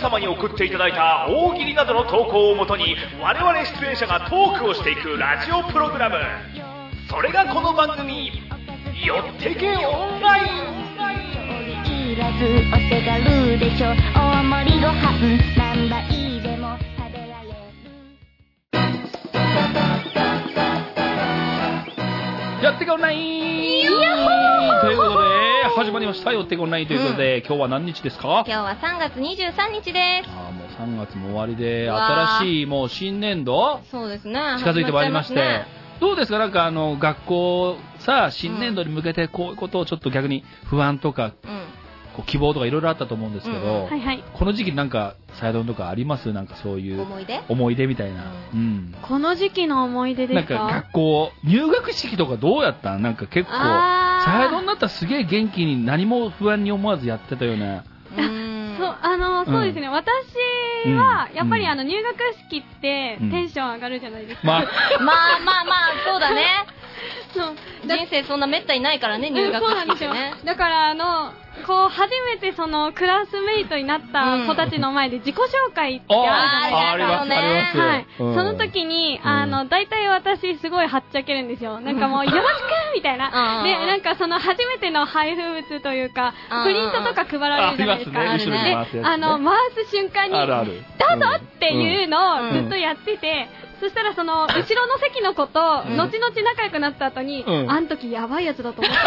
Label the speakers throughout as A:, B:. A: 様に送っていただいた大喜利などの投稿をもとに我々出演者がトークをしていくラジオプログラムそれがこの番組「よってけオンライン」
B: いらずお手軽でしょ大盛りご飯何杯でも食べられる
C: やってこない
B: やっほー
C: ということで、始まりました。よってこないということで、今日は何日ですか
B: 今日は3月23日で
C: あーもう3月も終わりで、
B: うわー
C: 新しいもう新年度
B: すそうですね
C: 近づいてまいりまして、
B: 始っちゃい
C: どうですかなんかあの、学校、さあ、新年度に向けてこういうことをちょっと逆に不安とか、
B: ますね
C: こう希望とかいろいろあったと思うんですけど、
B: うんうん
D: はいはい。
C: この時期なんか、サイドとかありますなんかそうい
B: うん
C: う
B: 思い出
C: 思い出みたいな。うん。
D: この時期の思い出で
C: なん
D: すか
C: か学校、入学式とかどうやったんなんか結構、サイド
D: あ
C: になったらすげえ元気に何も不安に思わずやってたよね。
B: うーん
D: ーそう、あの、そうですね。私は、やっぱりあの、入学式って
C: うん
D: テンション上がるじゃないです か。
C: まあ、
B: まあまあまあそうだね
D: そうだ
B: 人生そんなめったにないからね入
D: うんそう
B: 学
D: なん
B: 式っ
D: です
B: て
D: よ
B: ね。
D: だから、あの、こう、初めてその、クラスメイトになった子たちの前で自己紹介ってあるじ
C: あ
D: ゃ
C: あ
D: ない
C: り
D: ですか。
C: ます、あります。
D: はい、
C: うん
D: その時に、
C: うん
D: あの、大体私すごいはっちゃけるんですよ。なんかも う、よろしくみたいな。
B: うん
D: で、なんかその初めての配布物というか
B: うん、
D: プリントとか配られるじゃないですか。
B: ありますね
D: で
C: 後ろに回すやつね
D: あの、回す瞬間に、
C: あるある。
D: どうぞっていうの
B: う
D: を
B: ん
D: ずっとやってて、そしたらその、後ろの席の子と、後
C: ん
D: 々仲良くなった後に、
C: うん
D: あん時やばいやつだと思った。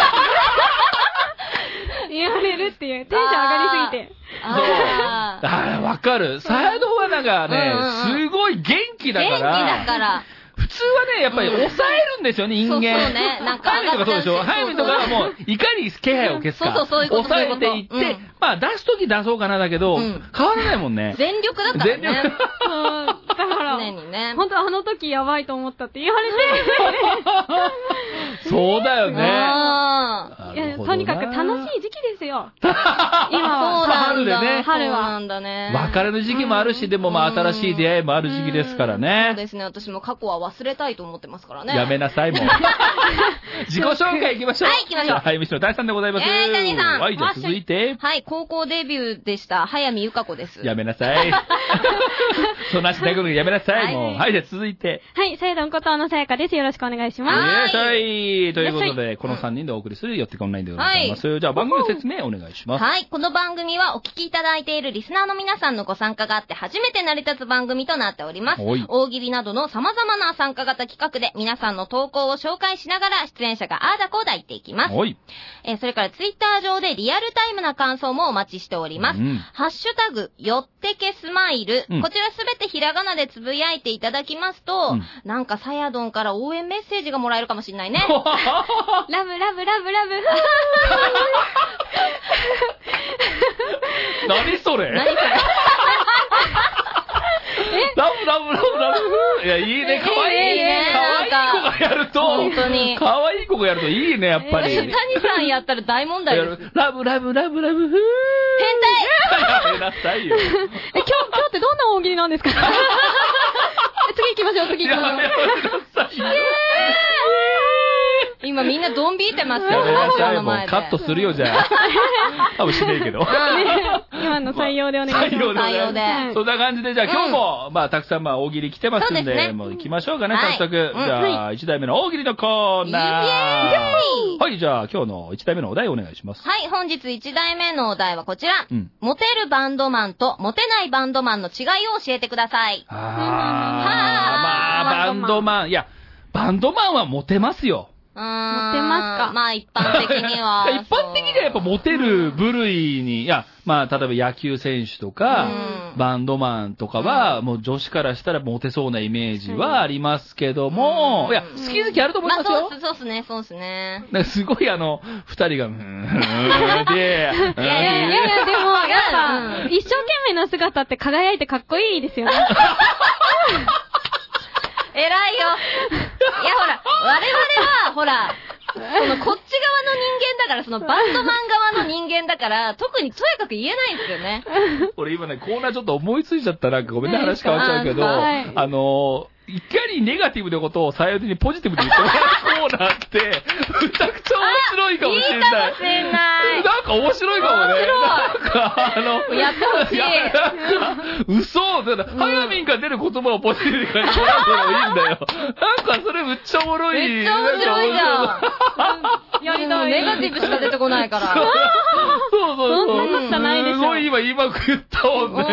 D: 言われるっていう、テンション上がりすぎて。
B: あー
C: ああ、わかる。サイドはなんか
B: うんうんう
C: ね、すごい元気だ
B: 元
C: か
B: 気だ
C: ら、
B: から
C: 普通はね、やっぱり抑えるんですよね、人
B: そうそう
C: 間。
B: ねなんか
C: ハイメンとかそうでし
B: 上
C: ょ
B: がっちゃう
C: ハイメンとかはもう、いかに気配を消すか。
B: そうそうそういうこと
C: 抑えていっ
B: そうい
C: て
B: うことうん、
C: まあ出すとき出そうかなだけど、
B: うん
C: 変わらないもん ね。
B: 全力だから
C: 全
B: ね
D: うんだから、
B: 常にね
D: 本当あの時やばいと思ったって言われて、
C: そうだよね。
B: あー
C: ない
D: や
C: るほどな
D: とにかく楽しい時期ですよ。
B: そ
D: 今
B: う
D: は。
B: なん
C: 春で
B: だ、
C: ね
B: そうなんだね。
C: 別れの時期もあるし、でもまあ新しい出会いもある時期ですから
B: そう
C: ね。
B: ですね、私も過去は忘れたいと思ってますからね。
C: やめなさい、 もう。自己紹介いきましょう。
B: はい行きましょう
C: はい、飯野大さんでございます。
B: えー谷さん
C: はい、じゃあ続いて、
B: はい、高校デビューでした、早見ゆか子です。
C: やめなさ い。そんなし大学やめなさ、
B: はいい
C: もう。はい、じゃあ続いて。
D: はい、セイドンことあのさやかです。よろしくお願いし
C: お
D: ます。
C: 願いしま
B: は
C: すということで、この3人でお送りするよってこんないんでございます。じゃあ番組の説明お願いします。
B: はい。この番組はお聞きいただいているリスナーの皆さんのご参加があって初めて成り立つ番組となっております
C: はい。
B: 大喜利などの様々な参加型企画で皆さんの投稿を紹介しながら出演者があーだこーだ言っていきます。
C: はい。
B: えーそれからツイッター上でリアルタイムな感想もお待ちしております。
C: うん
B: ハッシュタグ、よってけスマイル。
C: うん
B: こちらすべてひらがなでつぶやいていただきますと、
C: うん
B: なんかサヤドンから応援メッセージがもらえるかもし れないね。
D: ラブラブラブラブ。
C: 何それ
B: 何それ
C: ラブラブラブラブ。いや、いいね、可愛い
B: いいね
C: 可愛い子がやると、
B: 本当に
C: 可愛い子がやるといいね、やっぱり。
B: 谷さんやったら大問題
C: や
B: です。
C: るラブラブラブラブ、ふー。やめなさいよ。
D: え、今日、今日ってどんな大喜利なんですかえ次行きましょう、次行
C: や
D: き
C: め
D: ましょう。
C: なさいよ。
B: 今みんなドン引いてますよ、
C: やめなさい、
B: の
C: も
B: 前
C: う
B: で。
C: カットするよ、じゃ あ。多分しねえけど。
D: 今の採用でお願いします。
C: 採用で。
B: 採用で
C: はいそんな感じで、じゃあ今日も、まあ、たくさん、まあ、大喜利来てますん
B: そうです
C: で、
B: ね
C: もう行きましょうかね、
B: は
C: 早
B: い
C: 速。
B: うん
C: じゃあ、1台目の大喜利のコーナ
B: イエーイ
C: ー。はい、じゃあ今日の1台目のお題お願いします。
B: はい、本日1題目のお題はこちら。
C: うん
B: モテるバンドマンとモテないバンドマンの違いを教えてください。
C: あーまあ、バ
D: はー
C: ンドマン。いや、バンドマンはモテますよ。
B: うーん。
D: モテますか
B: まあ一般的には。
C: 一般的にはやっぱモテる部類に、いや、まあ、例えば野球選手とか、
B: うん
C: バンドマンとかは、もう女子からしたらモテそうなイメージはありますけども、
B: うん
C: いや、好き好きあると思い
B: ま
C: ま
B: あ
C: すよ。
B: そうっすそうっすね、そうっすね。
C: なんかすごいあの、二人が、うーん、で、うーん
D: いやいやいや、でも、やっぱ、
B: うん
D: 一生懸命な姿って輝いてかっこいいですよね。
B: 偉いよ。いや、ほら、我々は、ほら、そのこっち側の人間だから、そのバンドマン側の人間だから、特にとやかく言えないんですよね。
C: 俺今ね、コーナーちょっと思いついちゃったら、ごめんね、話変わっちゃうけど、
B: あ
D: はい
C: あのー、いかにネガティブなことを最大的にポジティブに言ってもらうコーナーって、めちゃくちゃ面白いかもしれない。
B: いいかもしれない
C: なんか面白いかもね。
B: 面白い
C: なんあの、
B: やってほしい
C: や嘘だから、はやみんが出る言葉をポジティブに書いてもらったらいいんだよ。なんかそれめっちゃおもろい。
B: めっちゃ面白いじ
C: なんか面白
B: ゃ
D: や
B: ん。
D: り
B: も
D: た
B: う
D: い。
B: ネガティブしか出てこないから。
C: そうそうそう。
D: そんなことないでし
C: す
D: ょ
C: ごい今、今言ったもんね。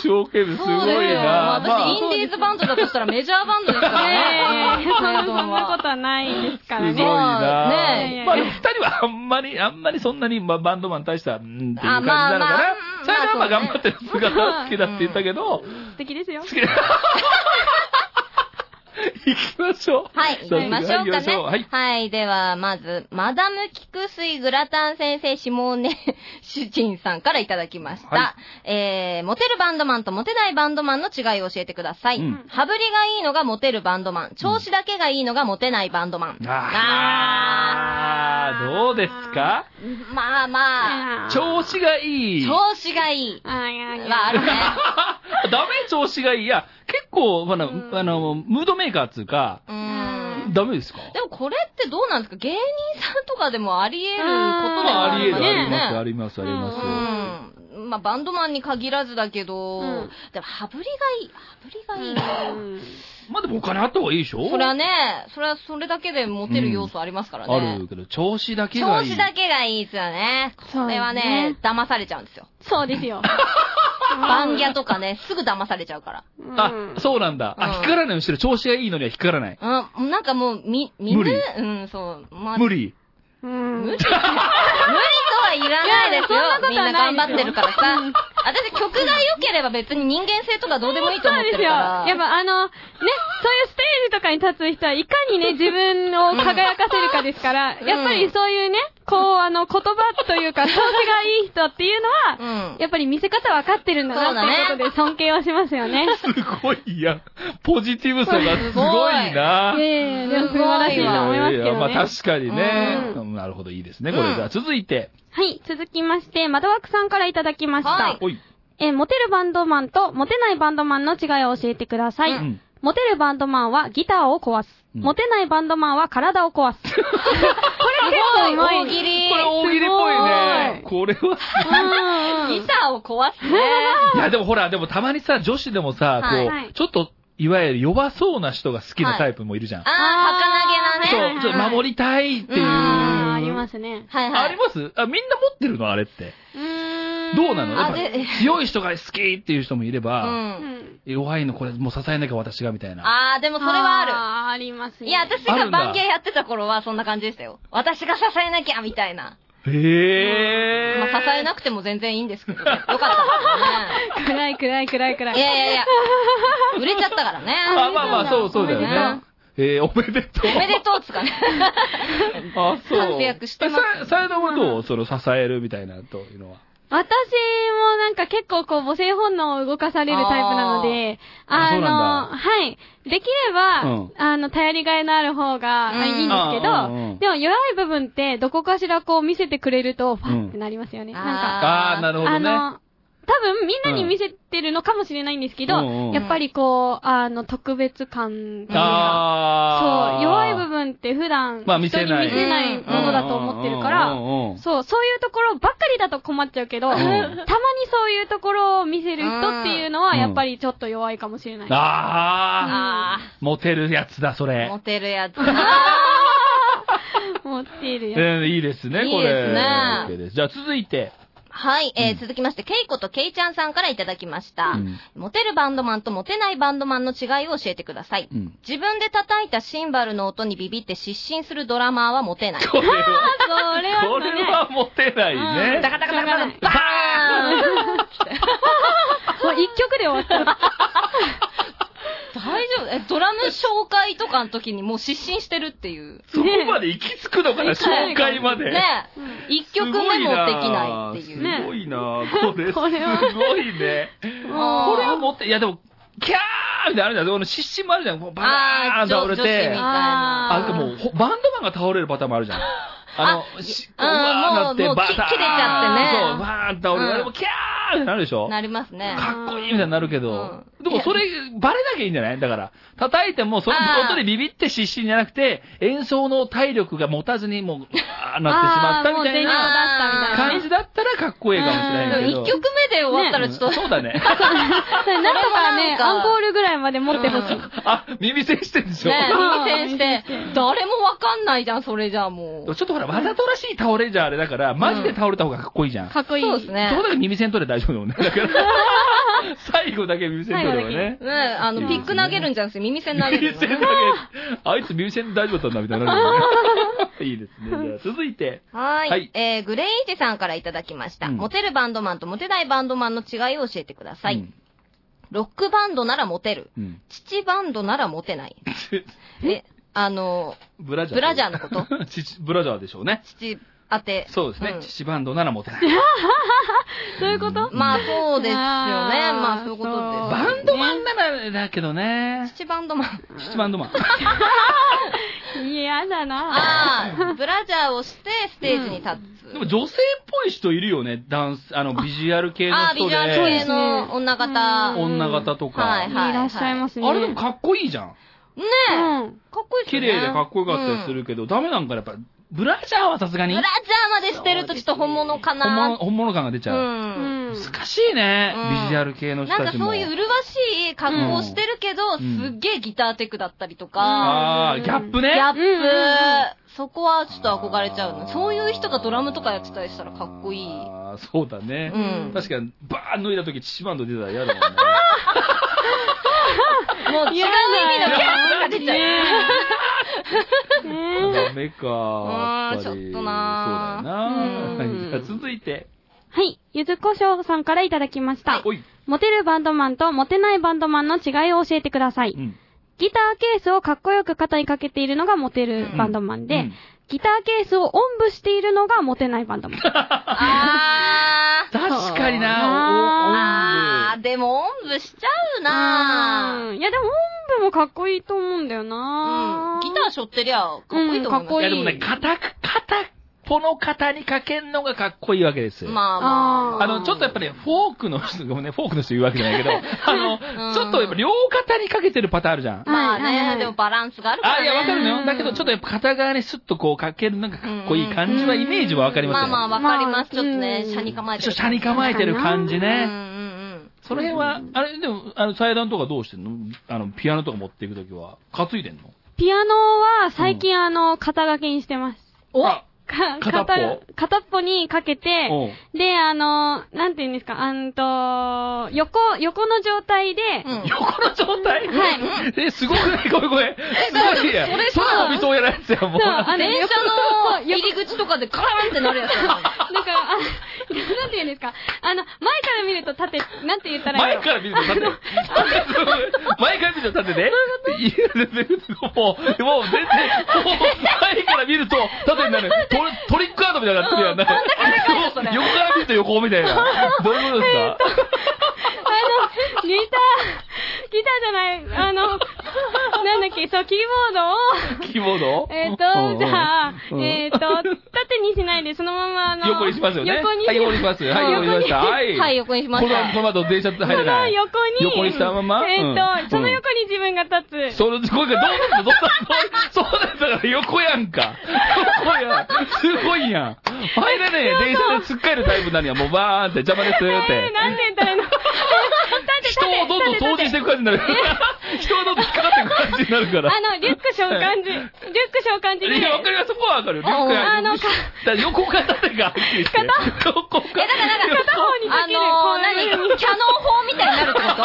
C: 一生懸命すご
B: そうです
C: い
B: よ。まあ
C: な。まあ
B: 私、インディーズバンドだとしたらメジャーバンドです から
D: ね
B: ね
D: え、。そん
B: ナ
D: な
B: ルドン
D: そんな
B: は
D: ことはないですから
C: すごい
D: ね。
C: な。
B: まあ
D: ねえ
C: まあでも二人はあんまり、あんまりそんなにまあバンドマンに対しては、うんっていう感じなのか
B: あまあまあ
C: な
B: う。ん
C: さやかはまあ
B: まあ
C: 頑張ってる姿は好きだって言ったけど、
D: 素敵ですよ
C: 好。きだ。行きましょう。
B: はい、行きましょ
C: 行
B: う
C: き
B: か
C: まし
B: ね。
C: ょうは
B: はいい、では、まず、マダムキクスイグラタン先生、下根主人さんからいただきました。
C: は
B: えー、モテるバンドマンとモテないバンドマンの違いを教えてください。
C: うん
B: 羽振りがいいのがモテるバンドマン、調子だけがいいのがモテないバンドマン。
C: ああ、どうですか
B: まあまあ、
C: 調子がいい。
B: 調子がいい。
D: あいやいや
B: はあるね。
C: ダメ調子がいい。いや、結構、あの、
D: うん
C: あのムードメーカーっつうか、
B: うーん。
C: ダメですか
B: でもこれってどうなんですか芸人さんとかでもあり得ることで
C: ま
B: は
C: あ、あり
B: ま
C: 得
B: す
C: る、
B: よ
C: あ
B: ね
C: ります、あります、あります。
B: うんまあ、バンドマンに限らずだけど、
D: うん
B: でも、羽振りがいい、羽振りがいい。
D: うん
C: まあでもお金あった方がいいでしょ
B: それはね、それはそれだけでモテる要素ありますからね。
C: あるけど、調子だけ
B: 調
C: がいい。
B: 子だけがいいですよね。
D: そう
B: これはね、騙されちゃうんですよ。
D: そうですよ。
B: バンギャとかね、すぐ騙されちゃうから。
C: あ、そうなんだ。あ、
B: うん
C: 引っかからないようにしてる。調子がいいのには引っかからない。
B: うん、なんかもう、み、みん
C: 無理
B: うん、そう。まあ、
C: 無
B: 理。
C: 理。
D: うん。
B: 無理無理とはいらないですよ。
D: いやそんなこ
B: み
D: とはないですよ
B: んな頑張ってるからさ。私、曲が良ければ別に人間性とかどうでもいいと思
D: そ
B: っ
D: うで
B: て
D: す
B: るか
D: よ。
B: ら。
D: やっぱあの、ね、そういうステージとかに立つ人はいかにね、 自分を輝かせるかですから、
B: うん
D: やっぱりそういうね、こう、あの、言葉という か、調子がいい人っていうのは、
B: うん。
D: やっぱり見せ方わかってるんだなっていうことで尊敬をしますよ ね。
C: すごいや。ポジティブさがすごいな。
D: いやいやいや、でも素晴らしいと思いますけどね。
C: まあ確かにね。
D: う
C: なるほど、いいですね。これ、
B: うん
C: じゃあ続いて。
D: はい、続きまして、窓枠さんからいただきました。
B: はい
C: おい。
D: えーモテるバンドマンとモテないバンドマンの違いを教えてください。
B: う
C: うん。
D: モテるバンドマンはギターを壊す。
C: うん
D: モテないバンドマンは体を壊す。こ れ結構うまい。
B: 大喜利。
C: これ大喜利っぽいね。これは。
D: うん
B: ギターを壊すね。
C: いや、でもほら、でもたまにさ、女子でもさ、
B: はい
C: こ、
D: はいう
C: ちょっと、いわゆる弱そうな人が好きなタイプもいるじゃん。
B: ああ、
D: い
B: 儚
C: そ
B: げ
C: う
B: な
D: は
B: ね。
D: い、
C: ちょっと守りたいっていう。
B: うん
D: あーありますね。
B: はいは
C: あ
B: い。
C: りますあ、みんな持ってるのあれって。
D: うーん
C: どうなの
B: あ
C: やっぱ
B: で
C: 強い人が好きっていう人もいれ
B: う。
C: ば、
D: うんん
C: 弱いのこれもう支えなきゃ私がみたいな。
B: ああ、でもそれはあ
D: あーあります
B: る。
D: ね。
B: いや、私
C: ある
B: が
C: んだ
B: バンギャやってた頃はそんな感じでしたよ。私が支えなきゃ、みたいな。
C: へ
B: まあ、支えなくても全然いいんですけどね。よかったです
D: 暗い暗い暗い暗
B: ね。いや
D: い。
B: いやいや。売れちゃったからね。
C: あ、まあまあ、そうそうだよ
B: おめで
C: ね。えー、おめでとう。
B: おめでとうっつかね。
C: あ、そう。
B: 活躍してます
C: えささやだはどうその支えるみたいなというのは。
D: 私もなんか結構こう母性本能を動かされるタイプなので、
C: あーあ
D: あ
C: そうなんだ
D: の、はい。できれば、
C: うん
D: あの、頼りがいのある方がいいんです
C: うん
D: け
C: うんうん
D: ど、でも弱い部分ってどこかしらこう見せてくれると、ファってなりますよね。なんか、
C: あ
B: あー
C: あー、なるほ
D: あ
C: どね。
D: の、多分みんなに見せてるのかもしれないんですけど、
C: うんうん
D: やっぱりこう、あの、特別感
B: あ
C: あ
D: そう、
C: ー
D: 弱い部分って普段、
C: まあ
D: 人に
C: 見
D: 見
C: せ
D: せ
C: ない
D: ないものだと思ってるから、
C: うんうんうんうん
D: そう、そういうところばっかりだと困っちゃうけど、
C: ん
D: たまにそういうところを見せる人っていうの
C: う
D: は、
C: ん
D: やっぱりちょっと弱いかもしれない。
C: あ
B: あ
C: あ、モテるやつだ、そ
B: あ、
C: れ
B: モ。テる やつ。あ
D: 持っているやつ。
C: うんいいですね、これ。
B: いいですね
C: OK ですじゃあ続いて。
B: ーはい、え
C: うん
B: ー、続きまして、ケイコとケイちゃんさんからいただきました。
C: うん
B: モテるバンドマンとモテないバンドマンの違いを教えてください。
C: うん
B: 自分で叩いたシンバルの音にビビって失神するドラマーはモテ ない。
C: これは、
D: それは
C: こ
D: ね
C: れはモテないね。
B: ダカダカダカダカバ
D: もう一曲で終わった。
B: ーン大丈夫え、ドラム紹介とかの時にもう失神してるっていう。
C: そこまで行き着くのかな、
D: ね
C: 紹介まで。
B: ねえ一曲目もできないっていう。
C: すごいなすごいなこ
D: こ
C: れ、
D: れは
C: すごいね。
B: も
C: こ
B: う
C: れは持って、いやでも、キャーみたいなのあるじゃん。この失神もあるじゃん。こうバ
B: あ
C: ー
B: あ、
C: ン
B: 女
C: 倒
B: 女
C: れ
B: 子みたい
C: て。
B: な。
C: あ、でも、ほバンドマンが倒れるパターンもあ るじゃん。あの、し
B: うんもうもう
C: バ
B: 切切れちゃってね
C: そう、バーン倒れ
B: うん
C: る。あれもキャーるになるでしょ
B: なりますね。
C: かっこいいみたいになるけど、
B: うん
C: でもそれ、バレなきゃいいんじゃないだから、叩いても、その
B: あー
C: 音にビビって失神じゃなくて、演奏の体力が持たずにもう、あーなってしまったみたい
D: あーもう全力
C: な
D: だったみたいなね
C: 感じだったらかっこいいかもしれないけ
B: で
C: ど。
B: も一曲目で終わったらちょっと、
C: うんそうだ ね。
D: それなんとかね、
B: それはなんか
D: アンコールぐらいまで持ってほしい。
B: うん
C: あ、耳栓してんでしょ、
B: ね
D: うん
B: 耳栓して、 誰もわかんないじゃん、それじゃあも
C: ちょ
B: う
C: っ。とほら、わざとらしい倒れじゃあれだから、マジで倒れた方がかっこいいじゃん。
D: かっこいい。
B: そうですね
C: そこ。だけ耳栓取れば大丈夫だ もんね。だから、最後だけ耳栓取ればね。
B: ね、あの、ピック投げるんじゃなくて耳栓投げる
C: 耳
B: ん
C: 栓
B: だ
C: だ
B: ね。
C: け、あいつ耳栓大丈夫だったんだみたいになる けどね。いいですね。じゃあ続いて。
B: はい
C: はい
B: えー、グレイイチさんからいただきました。
C: うん
B: モテるバンドマンとモテないバンドマンの違いを教えてください。
C: うん
B: ロックバンドならモテる。
C: うん。
B: 父バンドならモテない。え、あの、
C: ブラジャー。
B: ブラジャーのこと
C: 父ブラジャーでしょうね。
B: 父当て。
C: そうですね
B: ん。
C: 父バンドならモテ ない。
D: そういうこと
B: まあそうですよね。
D: あー
B: まあそういうこと
D: そう
B: で
C: バンドマンならだけどね
B: す。。父バンドマン。
C: 父バンド マン。
D: 嫌だな
B: ああ、ブラジャーをしてステージに立つ。
C: でも女性っぽい人いるよね。ダンス、あの、ビジュアル系の
B: ああ、ビ
C: 人
B: ジュアル系
C: で。
B: の女方。
D: うん
C: 女型と
B: は
C: か。
B: いはい
D: いらっしゃいますね。
C: あれでもかっこいいじゃん。
B: ね
D: う
B: え、かっ
D: ん。
B: こいいです
C: 綺
B: よね。
C: 麗でかっこよかったりす
B: うん
C: るけど、ダメなんかやっぱ、ブラジャーはさすがに
B: ブラジャーまでしてるとちょっと本物か
C: 本物
B: な。
C: 本物感が出ち
B: う
C: ゃう。
B: ん。
D: うん。
C: 難しいね
B: うん。
C: ビジュアル系の人
B: なん
C: た
B: か
C: ちも。
B: そういう麗しい格好をしてるけど、
C: うん
B: すっげえギターテクだったりと
D: うん
B: か、
C: ああ、ギャップ
B: ギ
C: ね。
B: ャップ、
D: うんうんうん
B: そこはちょっと憧れちゃうの。そういう人がドラムとかやってたりしたらかっこいい。う
C: あーそうだね。
B: ん。
C: 確かに、バーン脱いだ時、チバンド出たら嫌だもんね。
B: もう違う意味のギャーが出ちゃう。
D: ね
C: ダメか。やっ
B: ん
C: ぱり
B: ちょっ
C: そうだよ
B: とな
C: な。
D: うん
C: じゃあ続いて。
D: はい。ゆずこしょうさんからいただきました。
C: おい。
D: モテるバンドマンとモテないバンドマンの違いを教えてください。
C: うん
D: ギターケースをかっこよく肩にかけているのがモテるバンドマンで、
C: うん
D: ギターケースをおんぶしているのがモテないバンドマン。
B: あー。
C: 確かに
B: あ
C: な。
B: ー、でもおんぶしちゃうな
D: うんいやでも、おんぶもかっこいいと思うんだよ
B: う
D: な、
B: ん。ギター背負ってりゃかっこいいと思いますよ、
D: うんかっこ
C: おんぶい
D: い
C: やでもね、肩、肩、この肩にかけんのがかっこいいわけですよ。
B: まあまあ。
C: あの、ちょっとやっぱり、フォークの人、ごめんね、フォークの人言うわけじゃないけど、あ
B: うん
C: の、ちょっとやっぱ両肩にかけてるパターンあるじゃん。
B: まあ
D: はいはいは
B: ね、
D: い
B: でもバランスがあるから
C: あ、い
B: ね。
C: や、わかるの
D: う
C: よ。
D: ん
C: だけど、ちょっとやっぱ片側にスッとこうかけるのがかっこいい感じは、
D: うん
C: イメージはわかります
B: まあ
C: よ。
B: まあ、わかります。ち
D: ま
B: ょ
D: あ
B: っとね
D: う、ん
B: 車に構えて
C: ちょ
B: る。
C: っと車に構えてる感じ
B: うんう
C: ね。
B: ん
C: その辺は、あれ、でも、あの、祭壇とかどうしてんのあの、ピアノとか持っていくときは、担いでんの
D: ピアノは最近あの、肩掛けにしてます。
B: お
C: あ
D: か
C: 片っぽ
D: 片っぽにかけて、
C: おう
D: で、あの、なんて言うんですか、あんと、横、横の状態で、
B: うんうん。うん。
C: 横の状態
D: は
C: え、すごくないごめんごめん。すごいや。
B: それさ
C: 空飛びそうやなやつや、もう。
D: そう、あ の、
B: 電車の入り口とかでカーンってなるや つ。
D: なんか、あ、 なんて言うんですか。あの、前から見ると縦、なんて言 ったらい
C: 前
D: いの
C: から見ると立て。前から見ると立てね。もう、もう全然、もう前から見ると縦になる。トリトリックアートみたいになってるやんな。横から見ると横みたいな。どういうことですか
D: あの、ギター、ギターじゃない、あの、なんだっけ、そう、キーボードを、
C: キーボード
D: えっ、と、
C: うん
D: じゃあ、
C: うん
D: えっ、と、縦にしないで、そのまま、あの、
C: 横にしますよね。
D: 横にし
C: はい、横にします。はい、横にしました。はい。
B: はい、横にしまし
C: このこのま
B: た。
C: ま電車入
D: そ
C: れな
D: の
C: い。
D: 横に、
C: 横にしたまま
D: えっ、と、
C: うん
D: その横に自分が立つ。
C: その、これがどうなったどうなったそうだったから横やんか。横やん。すごいやん。入らねえ。電車で突っかえるタイプなにはもうバーンって邪魔ですよっ
D: え
C: て
D: ー、。なんて 言ったらいいの立て、立
C: 人をどんどん
D: て、立て、
C: 掃除していく感じになる。人をどんどん引っかかっていく感じになるから。
D: あの、リュック召喚時、リュック召喚時
C: い
D: に、
C: やわかります。そこはわかるよ。リュックや
D: あのか
C: だから横か縦がはっきりして。横か。
B: え、だからなんか、
D: 片方にか
B: あ
D: ける、
B: の
D: こ
B: ー、
D: ういう
B: 何キャノン砲みたいになるってこと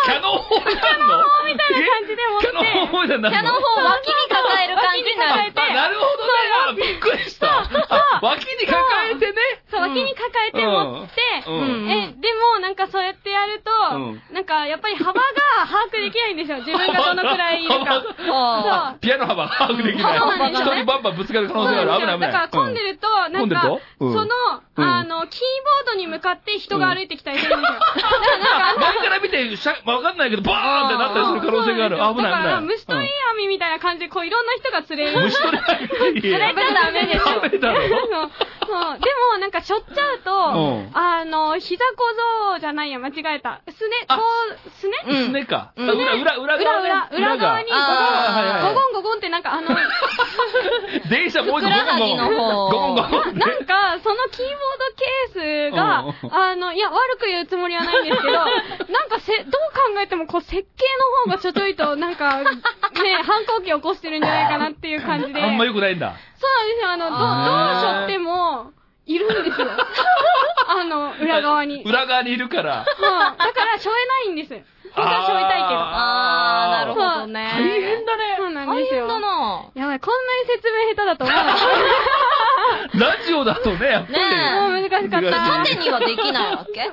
C: キャノン砲になるの
D: みたいな感じで持って
C: えキャノン砲みたいにな
B: キャ
C: るの
B: ノン砲を脇に抱える感じになる。
C: あ、なるほどね。あびっくりした。あ脇に抱えてね。
D: そう、脇に抱えて持って、
B: うん
D: え、でも、なんかそうやってやると、
C: う
D: なんかやっぱり幅が把握できないんですよ。自分がどのくらいいる か。そう。
B: あ
C: ピアノ幅把握できない
D: そうなん。ですよ
C: 人にバンバンぶつかる可能性がある。危ない危ない。
D: だから混んでると、な
C: 混ん
D: ん
C: でる
D: か
C: と、うん
D: その、
C: うん
D: あの、キーボードに向かって人が歩いてきたりするんですよ。だから なんか、
C: 前から見て、しゃわかんないけど、バーンってなったりする可能性がある。
D: そう
C: 危ない
D: だ
C: 危
D: か
C: な
D: ら、
C: い。
D: 虫取り網みたいな感じで、こう、いろんな人が釣れ
C: うん
D: る。
C: 虫取りない。
B: ダメでしょ
C: ダメだろ。
D: そうそうでも、なんか、しょっちゃうと、
C: うん
D: あのの、膝小僧じゃないや、間違えた。すね、
C: あ
D: こう、すね
B: うん
C: すねか。
B: うん
C: あ裏、裏、裏
D: 裏
C: 側
D: 裏、
C: ね。
D: 裏側にゴゴン
B: あーはい
C: はい
D: ゴゴンゴゴンってなん かあの、なんか
C: 裏が電車もう一個
B: ふくらはぎの方
C: ゴン ゴンゴンゴンゴンって
D: そのキーボードケースが
C: うんうん、
D: あの、いや、悪く言うつもりはないんですけど、なんかせ、どう考えてもこう設計の方がちょちょいと、なんか、ね、反抗期起こしてるんじゃないかなっていう感じで。
C: あんま良くないんだ。
D: そうなんですよ。あ
C: あー
D: の、ど、どうしょっても、いるんですよ。あの、裏側に。
C: 裏側にいるから。
D: うんだから、しょえないんです。本当はしょえたいけど。
B: あー、なる
D: ー
B: ほどね。
D: そう大変だね。そうなん
B: 大
D: です
B: 変
D: よ。
B: だな。
D: やばい、こんなに説明下手だと思わなかっ
C: ラジオだとね、やっぱり。
B: ねえ
D: た。もう難しかっ
C: 難
D: た。
C: しい
B: 縦にはできないわけ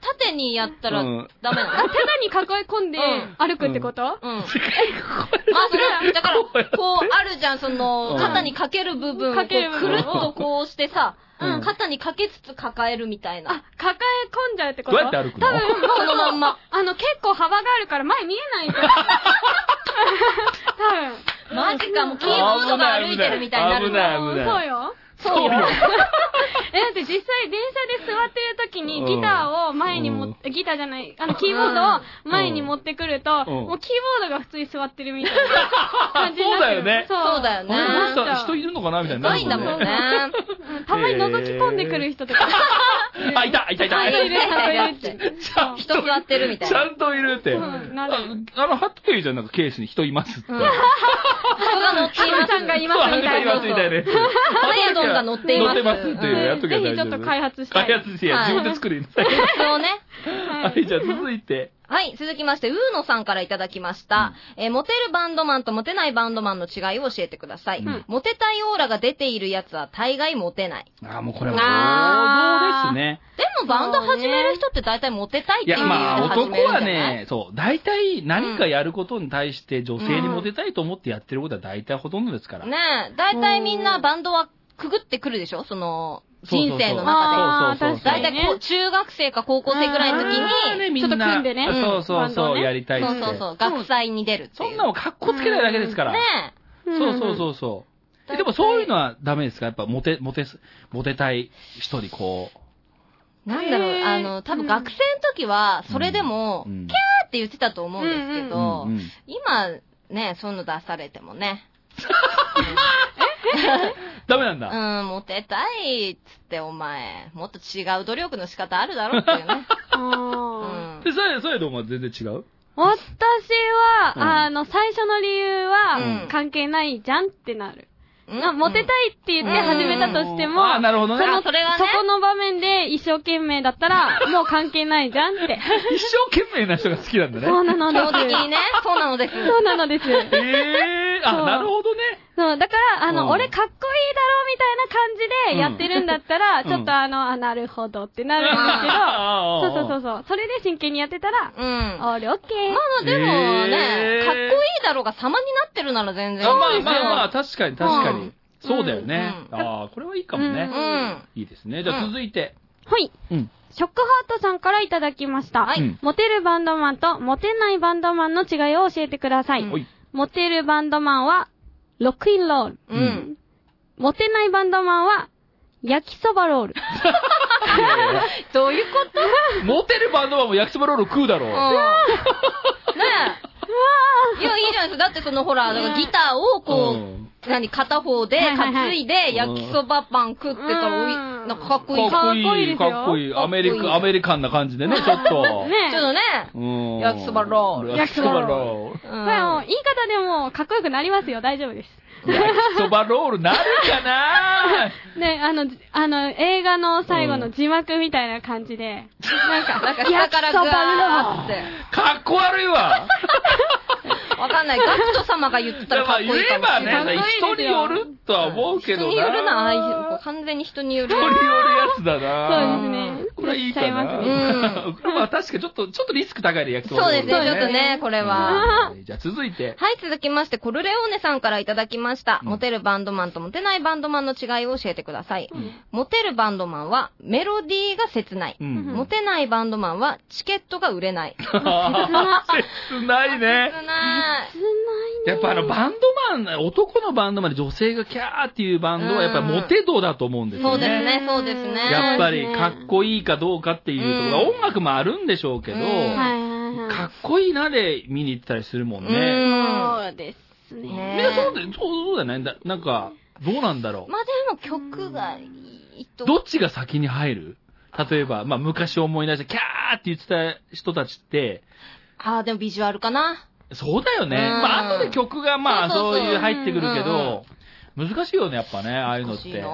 B: 縦にやったら
C: うん
B: ダメな
D: あ
B: の
D: 手に囲い込んで
B: うん
D: 歩くってこと、
B: うん。まあ、そ
C: 違う
B: れは、だから、
C: こうやって
B: こう、あるじゃん、その
C: う、ん
B: 肩にかける部分をこう、
D: かける部
B: く
D: 分
B: るっとこうしてさ、
C: うん
B: 肩にかけつつ抱えるみたい
D: あ
B: な。、
D: 抱え込んじゃうってこ
C: ど
D: と
C: うやって歩くの
D: 多分、もう
B: そのまんま。
D: あの、結構幅があるから前見えないんだよ。多
B: マジか、もうキーボードが歩いてるみたいになる
C: 危ない危ない
B: の。
D: 分。そうよ。
C: そうよ。
D: え、だって実際電車で座ってる時にギターを前に持って、ギターじゃない、あの、キーボードを前に持ってくると、
C: うん
D: もうキーボードが普通に座ってるみたいな感じになってる。
C: そうだよね
B: そうだよね
C: あれこの人、人い
D: 人
C: るのかなみたいにな
B: な
C: る
B: いんだもんね。
D: たまに覗き込んでくる人とか。
C: あ、いた、いた、いた。
D: いるいるいるい る
C: ちゃんと
B: 人座ってるみたい
C: ちゃ
B: な。
C: んといるって。
D: うんなる
C: ああの、ハットケイじゃんなんかケースに人いますって。
B: うん。人が乗っています。
D: ちゃんがいますみたいな
C: あいますみたいなやつ。
B: ハヤドンが乗っています
C: 乗ってますっていうやっときゃ大丈夫。
D: ぜひちょっと開発したい
C: 開発して、
B: はい
C: 自分で作りなさい。
B: それをね。
D: は
C: はいい、じゃあ続いて。
B: はい、続きまして、ウーノさんからいただきました。えーモテるバンドマンとモテないバンドマンの違いを教えてください。
C: うん
B: モテたいオーラが出ているやつは大概モテない。
C: ああ、もうこれは
D: あー
C: 王道ですね。
B: でもバンド始める人って大体モテたいっ
C: い
B: ていう
C: や、
B: 理由で
C: まあ、
B: 始め
C: 男
B: るんじゃ
C: は
B: ない
C: ね、そう、大体何かやることに対して女性にモテたいと思ってやってることは大体ほとんどですから。
B: ねえ、大体みんなバンドはくぐってくるでしょその、
C: そう
B: 人
C: そうそう
B: 生の中で。
D: あー
C: そうそうそう
B: 大
D: 確か
B: 体
D: に
B: こう、中学生か高校生ぐらいの時
D: あ
C: まあ
B: に、
C: ねみ
D: ちょっと組んでね
C: そうそう
D: バン
C: そ
D: ド
C: う、
D: ね
C: やりたいっ
B: そ
C: て
B: う。そうそう、
D: うん
B: 学祭に出るって
C: そ
B: い
C: ん
B: う。
C: なのかっこつけないだけですから。
B: ね
C: そうそうそうそう。えでもそういうのはダメですかやっぱモテ、モテす、モテたい人にこ
B: え。なんだろ
D: へ
B: う、
D: ー
B: あの、多分学生の時は、それでも、
C: う。
B: キャー
C: ん
B: って言ってたと思うんですけ
C: う
B: ど
C: んう、ん
B: 今、ね、そういうの出されてもね、
C: ダメなん
B: う
C: だ。
B: ん、モテたいっつって、お前、もっと違う努力の仕方あるだろっていう ね。う
D: あー
B: ん。
C: で、それ、それとお前全然違う
D: 私は、
C: うん
D: あの、最初の理
B: う
D: 由
B: ん
D: は、関係ないじゃんってなる。あモテたいって言って始めたとしても、
C: あーなるほどね
D: そ。の
B: あそれがね
D: そこの場面で一生懸命だったら、もう関係ないじゃんって。
C: 一生懸命な人が好きなんだね。
D: そうなの
B: 基本
D: で
B: 的
D: す。
B: にね、そうなのです。
D: そうなのです。
C: ええー、
D: そ
C: あ、
D: う
C: なるほどね。
D: そう、だから、あ
C: うん
D: の、俺かっこいいだろみたいな感じでやってるんだった
C: う
D: ら、
C: ん
D: ちょっとあの、あ、なるほどってなるんですけど、
C: あ。
D: そうそうそううそう。それで真剣にやってたら、
B: うん。まあ
D: オールオッケー。
B: まあでも
C: へ、
B: ね
C: ー
B: かっこいいだろうが様になってるなら全然いい
C: あまあ
B: ですよ
C: まあまあ、確かに確か
B: う
C: に
B: ん。
C: そうだよね。
B: うん
C: ああ、これはいいかもね。
D: うん
B: うん。
C: いいですね。じゃあ続いて。
D: ほい。
C: うん。
D: ショックハートさんからいただきました。
B: はい
C: うん
D: モテるバンドマンとモテないバンドマンの違いを教えてください。
B: うん
C: お い。
D: モテるバンドマンは、ロックインロール。
B: う。
C: うん
D: モテないバンドマンは、焼きそばロール。
C: いやいやいや
B: どういうこと
C: モテるバンドマンも焼きそばロール食うだろ
B: う
C: う。
B: んねえ。いや、いいじゃないですか。だってそのほら、だからギターをこ
C: うん
B: う、何、片方で
D: はいはいはい
B: 担いで焼きそばパン食ってたら、おい
D: うん
B: なんかかっこいい。ちょ
D: か
B: っ
D: っこいいですよ
C: かっこいい。アメリ
B: かっこいい
C: カ、アメリカンな感じ でね、ちょっと。
D: ねえ。
B: とね、
C: うん
B: 焼きそばロール
C: 焼きそばロー
B: う。
D: これもうん言い方でもかっこよくなりますよ。大丈夫です。
C: ル。焼きそばロールなるか な
D: ね、あの、じあの、映画の最後の字幕みたいな感じで、なんか、
B: なんか下からグワーって。
C: かっこ悪いわ。
B: わかんない。ガクト様が言ってたらかっこいいかもしれ
C: まあ
B: ない。
C: 言えばね、
D: かっこいい
C: 人
D: です
C: に
D: よ
C: よるとは思うけど
B: 人
C: な。
B: によるな、ああいう、こう完全に人による。
C: 人によるやつだ
D: そうで
C: な。
D: すね。
C: これはいい
D: ちゃ
C: か
D: います
C: な。
D: ね。
B: うん
C: これは確かにちょっと、ちょっとリスク高いね、焼きそば
B: そう
C: ロー
B: で
C: ル
B: す
C: ね。
B: ね、ちょっと
D: ね
B: ね、これは。
C: うんじゃあ続いて。
B: はい、続きまして、コルレオーネさんからいただきました。
C: うん
B: モテるバンドマンとモテないバンドマンの違いを教えてください。
C: ん
B: モテるバンドマンは、メロディーが切ない。
C: うん
B: モテないバンドマンは、チケットが売れない。
C: 切ないね。
B: 切ない。
D: 切ない
C: やっぱあの、バンドマン、男のバンドマンで女性がキャーっていうバンドはやっぱりモテ度だと思うんです
B: そ
C: よ
B: うです
C: ね。
B: ね、そうですね。
C: やっぱりかっこいいかどうかっていうところ
B: うん
C: が、音楽もあるんでしょうけど、
B: うん
D: はいはいはい。
C: かっこいいなで見に行ってたりするもん
B: う
C: ね。
B: ん
D: そうですね。
B: ね
C: みんなそうで、そうそうだよね。だなんか、どうなんだろう。
B: まあでも曲がいいと。
C: どっちが先に入る例えば、まあ昔思い出して、キャーって言ってた人たちって、
B: ああ、でもビジュアルかな。
C: そうだよね。
B: うん
C: まあ後で曲がまあ
B: そう
C: そ
B: そう
C: う
B: そう
C: いう入ってくるけど、難しいよね、やっぱね、ああいうのっ
B: 難しい
C: て
B: な。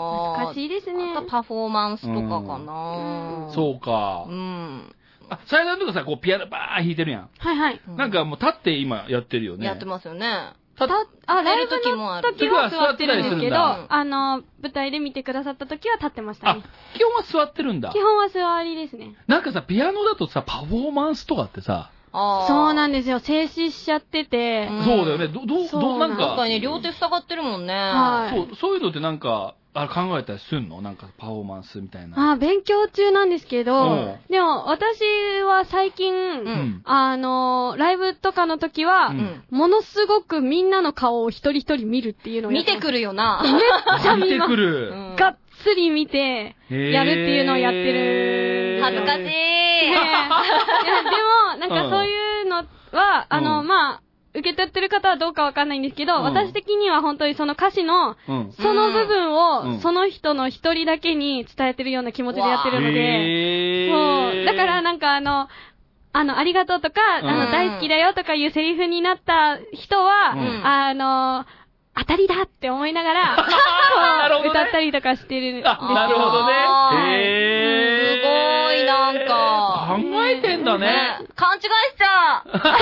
D: 難しいですね。
B: あとパフォーマンスとかかな
D: う。ん
C: そうか
B: う。ん。
C: あ、サイダーとかさ、こうピアノバーン弾いてるやん。
D: はいはい。
C: なんかもう立って今やってるよね。
B: やってますよね。
C: た
D: あ、
B: 座
D: ライ
B: る
D: ブ
B: 時もあ
D: の
B: る
D: 時は座ってるんですけ
C: 時
D: ど、
C: は座
B: ったりするんだ
D: あの、舞台で見てくださった時は立ってました
C: あ
D: ね。、
C: 基本は座ってるんだ
D: 基。本は座りですね。
C: なんかさ、ピアノだとさ、パフォーマンスとかってさ、
B: ああ。
D: そうなん
B: で
D: ですよ。静止しちゃってて、
B: うん
C: そうだよね。ど、ど、
D: そう
C: ど、なん
B: す今
C: か
B: 回、ね、両手塞がってるもんね。
D: はい
C: そう、そういうのってなんか、あれ考えたりすんのなんかパフォーマンスみたいな。
D: あ、勉強中なんですけ
C: う
D: ど
C: ん、
D: でも私は最近、
B: ん
D: あの、ライブとかの時は、
C: うん
B: うん。
D: ものすごくみんなの顔を一人一人見るっていうのをや
B: 見
D: って
B: て
D: ます
B: くるよな。
C: うん。見てくる。
B: うん
D: がっつり見て、やるっていうのをやってる
B: 恥ずかしい。
D: ねえいや、でも、なん
C: うん
D: かそういうのは、あの、
C: うん
D: まあ、受け取ってる方はどうかわかんないんですけど、
C: うん
D: 私的には本当にその歌詞の、
C: い。うん。
D: その部分
C: う
D: を、
C: ん
D: その人の一人だけに伝えてるような気持ちでやってるので、
C: へ
D: そう、
C: ー
D: だからなんかあの、あの、ありがとうとか、
C: うん
D: あの、大好きだよとかいうセリフになった人は、
C: うん
D: あの、当たりだって思いな が
C: なるほ
D: ら、こ
C: ど
D: う
C: ね
D: 歌ったりとかしてるんですよ。
C: あ、なるほど
B: あー
C: ね。へー
B: すごいなんか
C: 考えてんだね。
B: え勘違いしちゃう。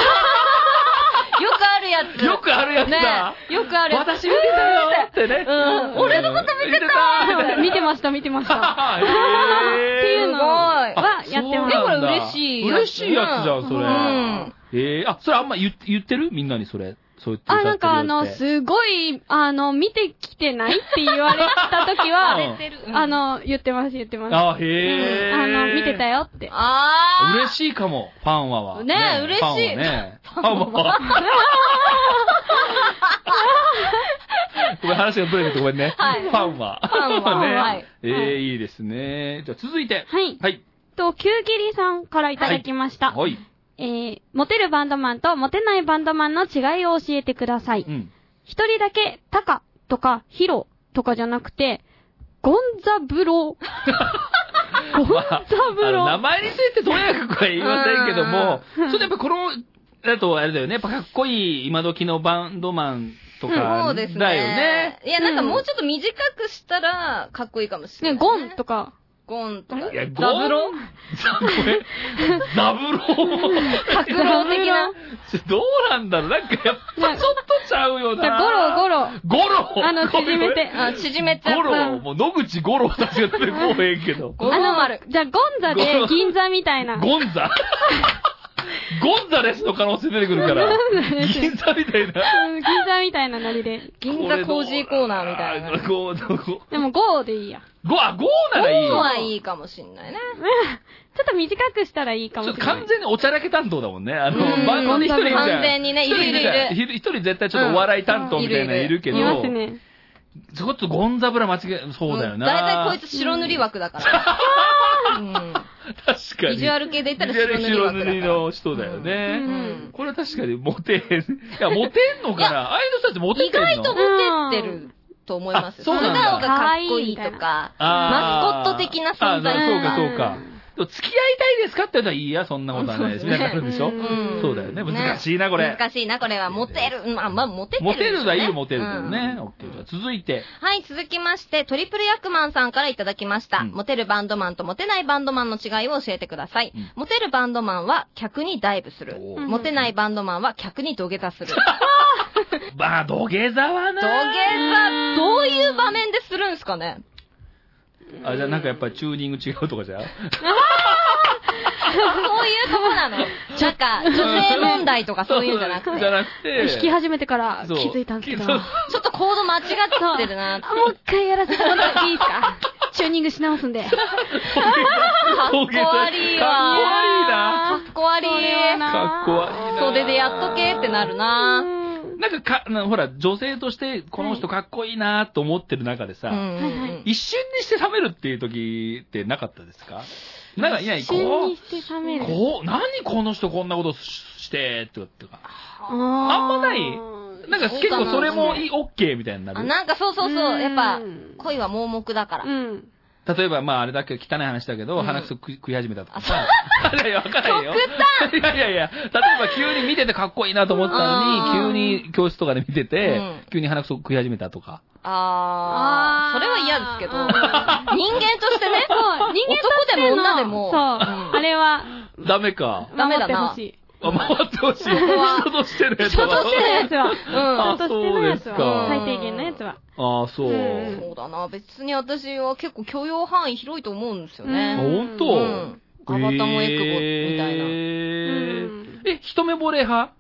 B: よくあるやつ。
C: よくあるやつだ。
B: ねよくあるやつ。
C: 私見てたよってね。
B: うん俺のこと
C: 見てたみたいな
D: 見てました、見て ました。
C: へー
D: っていうの
B: すごい
D: はやってます。
C: あそうなんだ
B: でも嬉しいやつ
C: 嬉しいやつじゃん、それ。
B: うん
C: ええあ、それあんま言言ってるみんなにそれ。そう言って歌って
D: あ、
C: るよ
D: な
C: っ
D: ん
C: て
D: かあの、すごい、あの、見てきてないって言われた時
C: うん
D: は、
B: 言ってるうん
D: あの、言ってます、言ってます。
C: あ、へえ、
D: あの、見てた
C: よ。
D: よって。
B: あー。
C: 嬉しいかも、ファンはは。
B: ねえ嬉しい
C: ファンはね。ファンは。ごめん、話がブレてごめんね。
B: はい
C: ファンは。
B: ファンは
C: ね
B: はい
C: え
D: はい
C: えいいですね。じゃあ続いて。
D: はい。
C: はい。
D: と、キュウギリさんからいただきました。
C: はい。
D: えー、モテるバンドマンとモテないバンドマンの違いを教えてください。
C: うん。
D: 一人だけ、タカとかヒロとかじゃなくて、ゴンザブロ ー。ゴンザ
C: あ
D: ブ
C: の
D: ロ
C: 名
D: ー。
C: 前についてとやかくは言いませんけども、
D: うん
C: それやっぱこの、だとあれだよね、やっぱかっこいい今時のバンドマンとか、だよね。
B: そうですね。いや、なんかもうちょっと短くしたら、かっこいいかもしれ
D: ね、
B: ない。
D: ゴンとか。
B: ゴンとか。
C: いや、ゴン
B: ダブロ
C: ザブロザブロ
B: タクロー的な。
C: どうなんだろうなんかやっぱちょっとちゃうよ
D: じゃ
C: な。
D: あゴロゴロ。
C: ゴロ
D: あの、縮めて。
B: あ、縮めちゃ
C: ゴ
B: った。
C: ロもう野口ゴロたちが出てこうへんけど。
B: ゴロ丸。
D: じゃあ、ゴンザ
C: ゴロ
D: で銀座みたいな。
C: ゴンザゴンザレスの可能性出てくるから。銀座みたいな。
D: うん銀座みたいなノリで。
B: 銀座工事コーナーみたいな。
C: あーゴー、ゴー、ゴ
D: でも、ゴーでいいや。
C: ー、あゴーならいい。
B: ゴンはいいかもしんないね。
D: ちょっと短くしたらいいか
C: ちょ
D: も
C: っ
D: し
C: と
D: れない
C: 完。全におちゃらけ担当だもんね。あの
B: うん、
C: バンドに一人いるじゃん。
B: 完全にねいるいるい
C: 一人じゃん
B: る
C: 一人絶対ちょっとお笑い担当みたいなのいるけど
D: い、ますね。
C: ちょっとゴンザブラ間違え、そうだよな。
B: だいたいこいつ白塗り枠だから。
C: つ、確か
B: う
C: に。
B: ん。ビジュアル系で言ったら
C: ビジュアル
B: 白塗り
C: 白
B: 枠
C: 塗
B: だか
C: り
B: ら。
C: の人だよね。
B: う
D: う
B: んん。
C: これは確かにモテへん。いや、モテんのかなああいう人たちモテて
B: 意
C: んの
B: 外とモテってると思います
C: あ
B: よ。
C: そう
B: 素
C: なんだ
B: 顔がかっこいいとか、マ
C: あー
B: スコット的な存在
C: あー
B: と
C: な
B: か。
C: そうか、そうか。でも付き合いたいですかって言ったらいいや、そんなことはないですね。
B: うん
C: なるんでしょ、
D: うん
C: そうだよね。難しいな、これ。
B: 難しいな、これは。モテる。まあ、まあ、モテてる、
C: モテるだ、いいよモテるだよ
B: うん
C: ね。オッケーじゃあ続いて。
B: はい、続きまして、トリプルヤックマンさんからいただきました。
C: うん
B: モテるバンドマンとモテないバンドマンの違いを教えてください。
C: うん
B: モテるバンドマンは客にダイブする。
C: お
D: ー
B: モテないバンドマンは客に土下座する。土
C: まあ、土下座はな。
B: 下座、どういう場面でするんですかね
C: あ、じゃあなんかやっぱりチューニング違うとかじゃん
B: そういうとこなの。なんか、女性問題とかそういうんじゃなく
C: じゃ
B: て。
C: なくて。
D: 弾き始めてから気
C: そう
D: づいたんですけど。
C: そう
D: あ
B: ちょっとコード間違ってるなって。
D: もう一回やらせてもらっていいですかチューニングし直すんで。
B: かっ
C: 土
B: こ
C: 下座
B: 悪い
C: かっこ
B: わ。
C: 悪いな。
B: かっこ悪い。
D: それはな
C: かっこ悪いな。
B: 袖でやっとけってなるな。
D: うん
C: なんかか、なほら、女性として、この人かっこいいなと思ってる中でさ、
B: うんうん
D: はいは
B: うん
C: 一瞬にして冷めるっていう時ってなかったですかなんか、いない、こ
D: 旬に
C: う、
D: して冷める。
C: こう、何この人こんなことしして、とかってか。
D: あん
C: んまないなんか結構それもいい、オッケーみたいにな
B: あ、
C: る。
B: なんかそうそうそう、やっぱ
D: う、ん
B: 恋は盲目だから。
D: うん。
C: 例えば、まああれだけど汚い話だけど、
B: うん
C: 鼻くそ食い食い始めたとかさ。いやいや、わかんないよ。い やいやいや、例えば急に見ててかっこいいなと思ったの
B: うん
C: に、急に教室とかで見てて、
B: うん
C: 急に鼻くそ食い始めたとか。
B: あー、それは嫌ですけど、人間として ね、
D: そう、人間としての
B: 男でも女でも
D: そう、
B: うん
D: あれは、
C: ダメか。
B: ダメだな
D: 守ってほ
C: あ、
D: しい。
C: 回ってほしい。
B: は
C: 人としてるやつは。
B: 人として
D: のやつは、
B: う
C: あ
B: ん。
D: ちゃんとしてないやつは、
B: そうですか
D: 最低限のやつは。
C: ああ、そう。
D: うん
B: そうだな、別に私は結構許容範囲広いと思うんですよ
C: あ、
B: ね。
C: 本当
D: うん
B: ガバタモエクボみたいな
D: う
C: え
D: ん
C: ーえ、一目惚れ派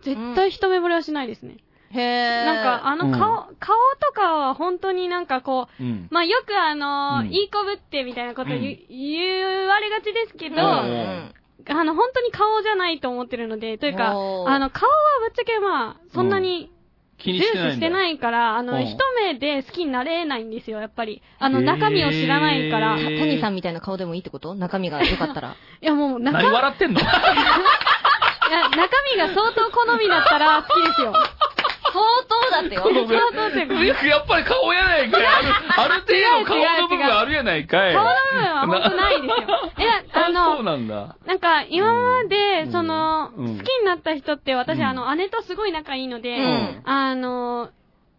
D: 絶対一目惚れはしないですね。
B: へえ。
D: なんか、あの顔、顔とかは本当になんかこう、
C: うん。
D: まあよくあのー
C: うん
D: いい子ぶってみたいなこと言,、
C: うん
D: 言われがちですけど、
B: うん
D: あの、本当に顔じゃないと思ってるので、というか、あ
B: おー
D: の、顔はぶっちゃけまあ、そんなに
C: 気
D: 重
C: にしてないんだ。
D: 視してないから、あ
C: う
D: の、
C: ん
D: 一目で好きになれないんですよ、やっぱり。あ
C: へ
D: の、
C: ー
D: 中身を知らないから。
B: うん
D: い
B: た谷さんみたいな顔でもいいってこと中身が良かったら。
D: や、もう中、い
C: 何
D: や
C: 笑ってんの
D: 中身が相当好みだったら好きで すよ。
B: 相当だってよ。
C: ごめん
D: 相当っていうか
C: やっぱり顔やないかい。 あるある程度顔の部分あるやないかい。
D: 顔の部分は本当ないです よ。いや、あ
C: あそう
D: の、
C: なんだ。
D: なんか、今まで、
C: うん
D: その、
C: うん
D: 好きになった人って、私、
C: うん
D: あの、姉とすごい仲いいので、
B: うん
D: あの、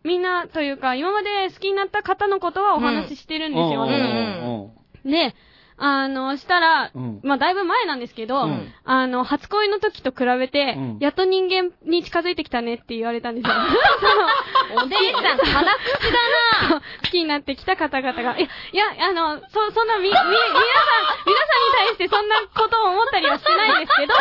D: みんなというか、今まで好きになった方のことはお話ししてるんですよ、
C: うん
D: 私。で、あの、したら、
C: うん
D: まあ、だいぶ前なんですけど、
C: うん
D: あの、初恋の時と比べて、
C: うん
D: やっと人間に近づいてきたねって言われたんですよ。
B: お姉さん、辛口だな
D: 好きになってきた方々が、いや、いや、あの、そ、そんなみ、み、皆さん、皆さんに対してそんなことを思ったりはしてないですけど、でも、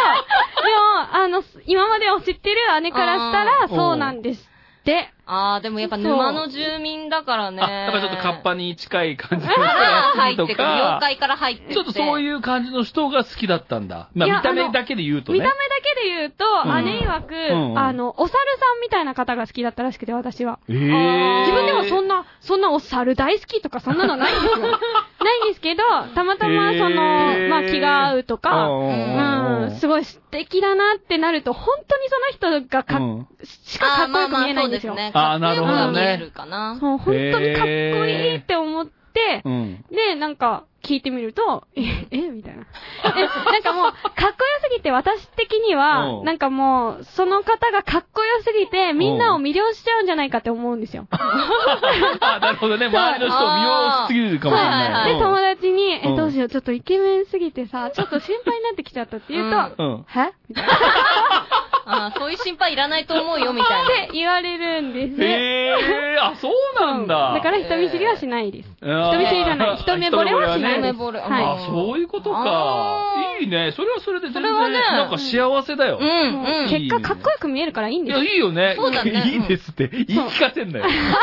D: あの、今までを知ってる姉からした
C: あー
D: ら、そうなんですって。
B: あー、でもやっぱ沼の住民だからね。
C: あ、やっぱりちょっとカッパに近い感じの人
B: から入って
C: と
B: くる。妖
C: か、
B: 怪から入ってって。
C: ちょっとそういう感じの人が好きだったんだ。まあ
D: いや
C: 見た目だけで言うと
D: 見
C: ね。
D: た目だけで言うと、
C: うん
D: 姉曰く、
C: うんうん
D: あの、お猿さんみたいな方が好きだったらしくて、私は。
C: えー
D: 自分でもそんな、そんなお猿大好きとかそんなのない んですよ。ないんですけど、たまたまその、
C: へー
D: まあ気が合うとか、
C: うんうんうん
D: うん、すごい素敵だなってなると、本当にその人がか、
C: うん
D: しか
B: あ
D: か
B: ー
D: っこ
B: まあ
D: よく
B: ま
D: 見え
B: あそ
D: ない
B: うんで
D: です
B: す
D: よ。
B: ね。
C: あーなるほどね
B: かっこよく見えるかな。
D: そう、本当にかっこいいって思って
C: う、ん
D: で、なんか、聞いてみると、え、えみたいな。え、なんかもう、かっこよすぎて、私的に
C: う
D: は
C: ん、
D: なんかもう、その方がかっこよすぎて、みんなを魅了しちゃうんじゃないかって思うんですよ。
C: あ、なるほどね。周りの人を見ようすぎるかもしれな。
B: はい
D: で、友達に、
C: うん
D: え、どうしよう、ちょっとイケメンすぎてさ、ちょっと心配になってきちゃったって言うと、
B: うん
C: うん。
D: はみたいな。
B: あーそういう心配いらないと思うよ、みたいな。
D: って言われるんです
C: へ
D: ね。
C: えー、あ、そうなんだ。
D: だから人見知りはしないです。
C: 人
D: 人見知りじゃない一目惚れはしない
B: 一目惚れ
D: は
B: はい
D: い。
C: あ、そういうことか
B: あ。ー
C: いいね。それはそれで全然、
B: それはね
C: なんか幸せだよ。
B: うん、うん。
D: 結果かっこよく見えるからいいん
C: い
D: で
C: や、
D: す
C: いいよね。
B: そうだね
C: いいですって。言い聞かせんなよ。
B: 結局さ、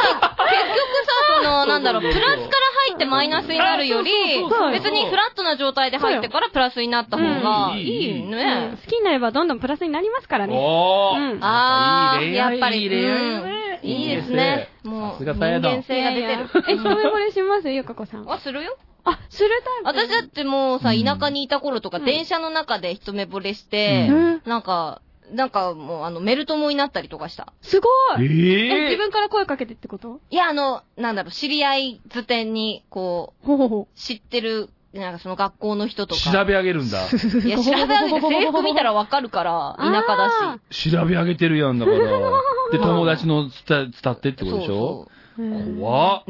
B: その、なんだろう、プ
C: そうそうそう
B: ラスから入ってマイナスになるより
C: あそうそう
D: そうそう、
B: 別にフラットな状態で入ってからプラスになった方がいい
D: うん
B: ね
D: 好。きになればどんどんプラスになりますからね。
C: お
D: う
C: ー
D: ん
B: あー
C: いい恋
B: や
C: 愛
B: っぱり、
C: いいう恋愛だ
B: ん
C: ね
B: いいですね。もう、
C: さすが
B: 人
C: さやだ
B: 間性が出てる。
D: え、一目惚れしますゆかこさん。
B: あ、するよ。
D: あ、するタイプ
B: 私だってもうさ、
C: うん
B: 田舎にいた頃とか、
D: うん
B: 電車の中で一目惚れして
C: う、
D: うん。
B: なんか、なんかもう、あの、メル友になったりとかした。
D: すごいえ、
C: え
D: 自
C: え。
D: 分から声かけてってこと
B: いや、あの、なんだろう、知り合い図点に、こ
D: ほほほ。
B: う、知ってる、なんかその学校の人とか。
C: 調べ上げるん だ。
B: いや、調べ上げて制服見た
D: ら、
B: らわかるから、田舎だし。
C: 調べ上げてるやんだから。で、友達の伝伝ってって
B: そう
C: ことでしょ
B: そう
D: うん
C: 怖っ。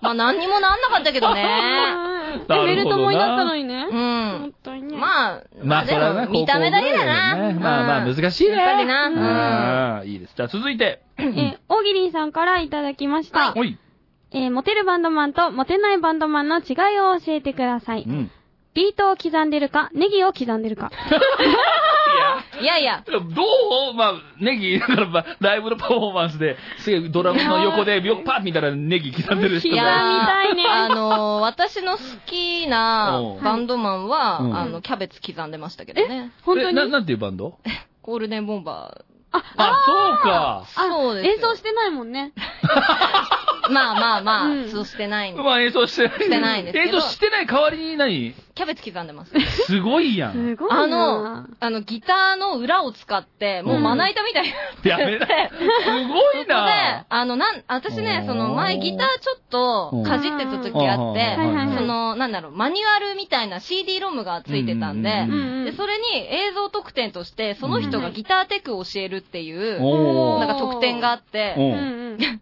B: まあ何にもなんなかったけ どね。
D: あ
C: なるほどな
D: ーえ、メル友になったのにね
B: う。ん。
D: 本当にね。
B: まあ、
C: まあ、そ
B: で
C: れはね、
B: も見た目だけだ
C: 高校ぐらいよ
B: な。
C: ねまあまあ、
B: うん
C: 難しいね。
B: やっぱりな
C: うん。いいです。じゃあ、続いて。
D: え、大喜利さんからいただきました。
C: おい。
D: えーモテるバンドマンとモテないバンドマンの違いを教えてください。
C: うん。い
D: ビートを刻んでるか、ネギを刻んでるか。
C: や、
B: いやいや。
C: どうまあ、ネギ、だから、まあ、ライブのパフォーマンスで、すげえドラムの横で、よっぱ見たらネギ刻んでる人
B: いや
C: が。
D: たいね
B: あのー、私の好きな
C: うん
B: バンドマンは、
C: うん
B: あの、キャベツ刻んでましたけどね。
D: 本当
C: えな、
D: に
C: なんていうバンド
B: ゴールデンボンバ
C: あ、そうか。
B: ー。そうですよ。
D: 演奏してないもんね。
B: まあまあまあ、
D: うん
B: そうしてないんで
C: まあ演奏してない。
B: してないですけど
C: 演奏してない代わりに何
B: キャベツ刻んでます。
C: すごいやん。
D: すごいな。
B: あの、あの、ギターの裏を使って、もうまな板みたいになってて
C: やめな。すごい
B: そこで
C: な。、
B: あの、なん、私ね、その前ギターちょっとかじってた時あっ
C: はい
B: て、
C: はいはい
B: その、なんだろう、マニュアルみたいな CD ロムがついてたんで、
C: うん
D: うん
B: で、それに映像特典として、その人がギターテクを教えるっていう、
C: お
B: な
C: ー
B: んか特典があって、
C: お
D: う
C: ー
D: んうん。
B: ずーっ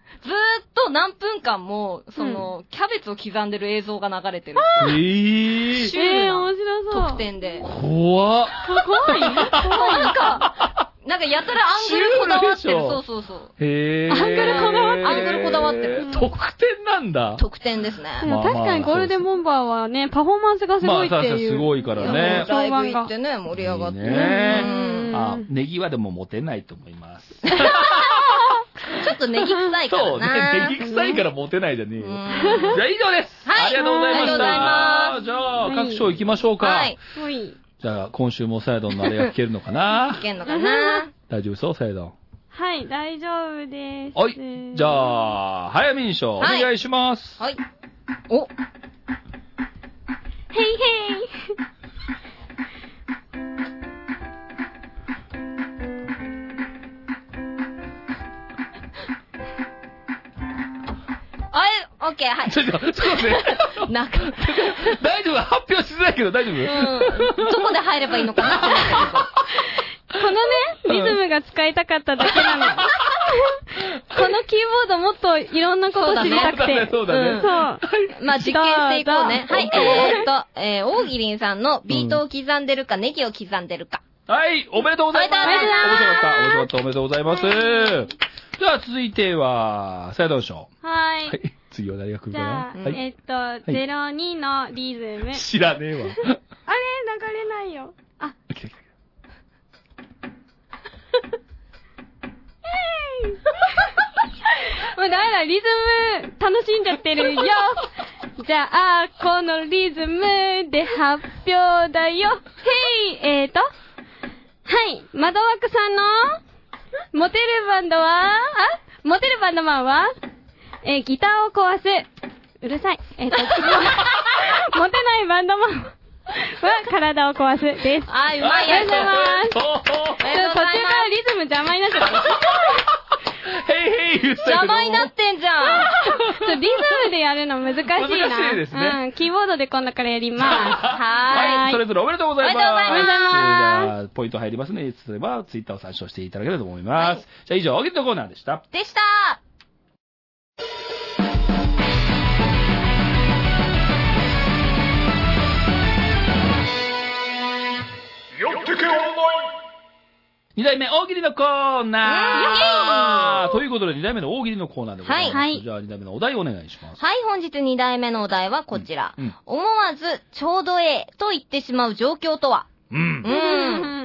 B: と何分間も、その、キャベツを刻んでる映像が流れてる。
C: ええ
B: シュール
D: えー、
B: な
D: 面白そう。
B: 特典で。
C: 怖っ。
D: こ。怖い
B: なんか、なんかやたらアングルこだわって
C: シュール
B: る。
C: でし
B: そ
C: ょ
B: うそうそう。
C: へえ。
D: アングルこだわって
B: るアングルこだわってる
C: 特典なんだ。
B: 特典ですね。
D: で
C: まあ
D: も確かにゴールデンボンバーはね、パフォーマンスがすごいって
C: まあ
D: いう。
C: すごいからね
B: いやもうライブ行ってね、盛り上がって。
C: いい
D: ね
B: うん
C: あ、ネギはでもモテないと思います。
B: ちょっとネギ臭いか
C: そう
B: らな。
C: ね、ネギ臭いからモテないじゃねえよ。
B: う
C: じ
B: ん
C: ゃあ以上です、
B: はい
C: ありがとうございました
B: あ
C: じゃあ、
D: はい
C: 各賞行きましょうか。
B: はい。
D: ごい。
C: じゃあ、今週もサイドンのあれが聞けるのか
B: い
C: な
B: けんのかな。
C: 大丈夫そう、サイドン。
D: はい、大丈夫です。
C: はい。じゃ
D: あ。
C: あ、早見に賞、
B: はい
C: お願いします。
B: はい。お、
D: ヘイヘイ
B: あえ、オッケー、はい。
C: ちょっと、そう ね。
B: なんか、
C: 大丈夫、発表しづらいけど大丈夫、
B: うん。どこで入ればいいのかなって思
D: このね、リズムが使いたかっただけ なの。このキーボードもっといろんなこと知りたくて。
C: そうだね、
B: うん
C: そうだね。
D: そう。
B: まあ、実験していこう ね。
D: どうぞ
B: はい、えーっと、えー、大喜林さんのビートを刻んでるか、ネギを刻んでるか。
C: はい、おめでとうございます。
B: おめで
C: 面
B: とうご
C: 白かった、面
B: ざ
C: 白かった、おめでとうございます。じゃあ、続いては、サイドン賞。
D: はい。
C: はい、次は大学
D: じ
C: かな
D: ゃあ、
C: はい
D: えっと、02のリズム。あれ流
C: 知ら ねえわ。
D: れないよ。あ、
C: 来た来た来
D: もうダメだ、リズム、楽しんじゃっ てるよ。じゃあ、このリズムで発表だよ。へい、えーと。はい、窓枠さんの、モテるバンドは、あモテるバンドマンは、えーギターを壊す。うるさい。えーと、 モテないバンドマンは、体を壊す。です。
B: あー、うまいや
D: ありがとうございます
C: たおー
B: あ
D: 途
B: りが
D: 中
B: とうご
D: か
B: ざいます
D: らリズム邪魔になっちゃった。
C: へいへい言ったけど
B: 邪魔になってんじゃん。
D: ちょリズムでやるの難しいな。
C: 難しいですね
D: うん、キーボードで今度からやり ます。
B: は
C: はいい。それぞれおめでとうございます。
B: おめでとうござい
C: じゃあポイント入りますね。例えば、ツイッターを参照していただければと思います。
B: はい
C: じゃあ、以上、おぎのコーナーでした。
B: でした
A: 寄ってけオンライン
C: 二代目、大喜利のコーナーということで、二代目の大喜利のコーナーでございます。
D: はいはい
C: じゃあ、二代目のお題お願いします。
B: はい、本日2代目のお題はこちら。
C: うんうん
B: 思わず、ちょうどええと言ってしまう状況とは
C: うん
B: う。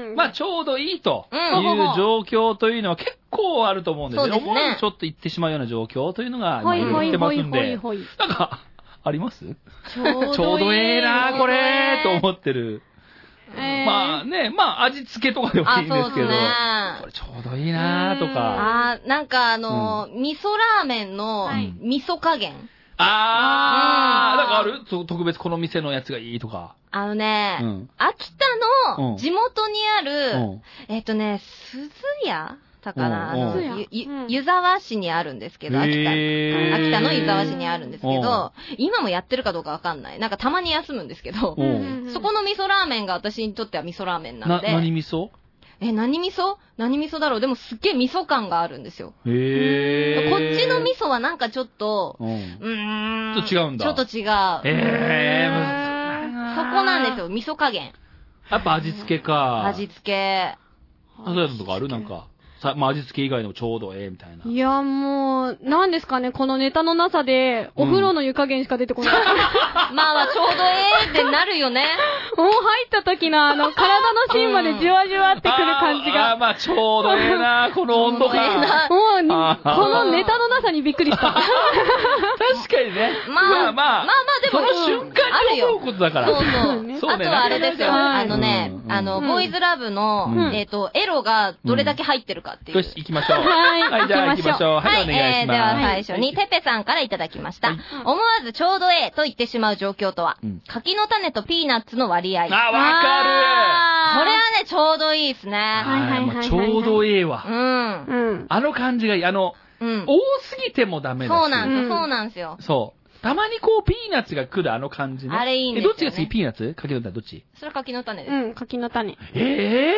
D: うんん
C: まあ、ちょうどいいと
B: う
C: い
B: ん
C: う状況というのは結構あると思うんです
B: そうですね
C: 思わずちょっと行ってしまうような状況というのが、
D: ほい
C: 言
D: ほ
C: っ
D: い
C: てま
D: ほ
C: す
D: い
C: ん
D: ほい
C: で、
D: ほい。
C: なんか、あります
B: ちょ
C: ちょうどええな、これ、と
B: う。
C: 思ってる。
D: えー
C: まあね、まあ味付けとかでも
B: あ、
C: いいんで
B: そう
C: すけ
B: です
C: ど、
B: ね。
C: これちょうどいいなとか。
B: あーなんかあのー、味噌ラーメンの
C: はい
B: 味噌加減。
C: あ
B: あー
C: ー、なんかあるそう特別この店のやつがいいとか。
B: あのね、
C: うん
B: 秋田
C: うん
B: の地元にあ
C: う
B: る、
C: ん。
B: えっ、とね、鈴屋だかな、
C: うん
B: あ
C: うん
B: の、ゆゆ
D: うん
B: 湯沢市にあるんですけど、秋田。
C: へ
B: 秋
C: ー
B: 田の湯沢市にあるんですけど、今もやってるかどうかわかんない。なんかたまに休むんですけど
C: う、ん
B: そこの味噌ラーメンが私にとっては味噌ラーメンなん
C: な、
B: で、
C: 何味噌
B: え、何味噌何味噌だろうでもすっげえ味噌感があるんですよ。
C: へー
B: こっちの味噌はなんかちょっと、
C: うん
B: うーん。
C: ちょっと違うんだ
B: ちょっと違う。
C: えー、
B: そ
C: 難しい
B: こなんですよ、味噌加減。
C: やっぱ味付けか。
B: 味付
C: あ
B: け。
C: そういうのとかあるなんか。さまあ、味付け以外でもちょうどええみたいな。
D: いや、もう、なんですかね、このネタのなさで、お風呂の湯加減しか出てこない。
B: まあまあちょうどええってなるよ ね。
D: もう入った時の、あの、体の芯までじわじわってくる感じ
C: あーあ
D: が
C: ー。まあ、ちょうどええ な、この温度
B: ちょうどええ
C: 感。
B: な
D: もう、
C: あー
D: このネタのなさにびっく りした。
C: 確かにね。
B: まあ
C: まあまあ、
B: まあまあでも
C: その瞬間に思うことだから。
B: そう
D: そう
B: そう。
D: ね
C: そうね
B: あとはあれですよ。
D: は
B: あ
D: い
B: のね
C: う、ん
B: あの、
D: うん
B: ボーイズラブの、
C: うん
B: えっ、と、エロがどれだけ入ってるかっていう。
C: よし、行きましょう。
D: はい
C: はい、じゃあ行
D: 行
C: き
D: き
C: ま
D: ま
C: し
D: し
C: ょう。は、
B: はいい、
C: お願い
B: え
C: し
B: ーでは
C: ま
B: 最初に、てっぺさんからいただきました。
C: はい
B: 思わずちょうどええと言ってしまう状況とは、
C: うん
B: 柿の種とピーナッツの割合。
C: す。
B: これ
C: あ、わ
B: は
D: あ
B: ね、ちょうどいいですね。
D: はい
C: かる。もう
D: はい
C: ちょうどええ
B: う
C: わ。
B: ん。
D: ーうん。
C: あの感じがいい。あの、
B: うん。
C: 多すぎてもダメだし。
B: そうなんですよ、
D: うん
B: そうなんですよ。
C: そう。たまにこう、ピーナッツが来るあの感じね。
B: あれいいん
C: え
B: です
C: どっ
B: よね
C: ちが次、ピーナッツかけるんだ、どっち
B: それ柿の種です。
D: うん、柿の種。
C: え
B: え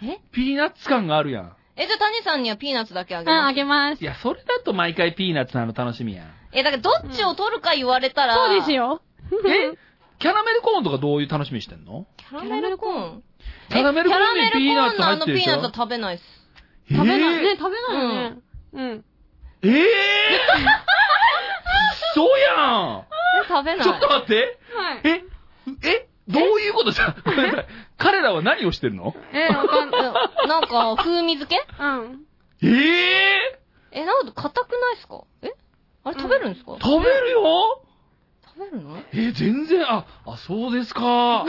B: え
C: ー、ピーナッツ感があるやん。
B: え、じゃあ、谷さんにはピーナッツだけあげ
D: うん、あ
B: ます。
D: げます
C: い。や、それだと毎回ピーナッツなの楽しみやん。
B: え、だから、どっちを取るか言われたら、
D: そうです。よ。
C: えキャラメルコーンとかどういう楽しみしてんの
B: キャラメルコーン
C: キャラメルコーンにピーナッツ
B: のあ
C: 入っ
B: の
C: て
B: ピ
C: るで
B: ー
C: し
B: ナッ
C: ょ
B: ツ食べないっす。
D: 食べない。
C: え
D: ね、食べないよね。うん。
C: ー、えー、そうやん
B: 食べない。
C: ちょっと待って
D: はい。
C: ええどういうことじゃごめんなさい。彼らは何をしてるの
D: え、わかんない。
B: なんか、風味付け
D: うん。
C: えー、
B: え、なんか硬くないっすかえあれ食べるんですか、食
C: 食べるよ
B: べるの
C: えー、全然、あ、あ、そうですか。えー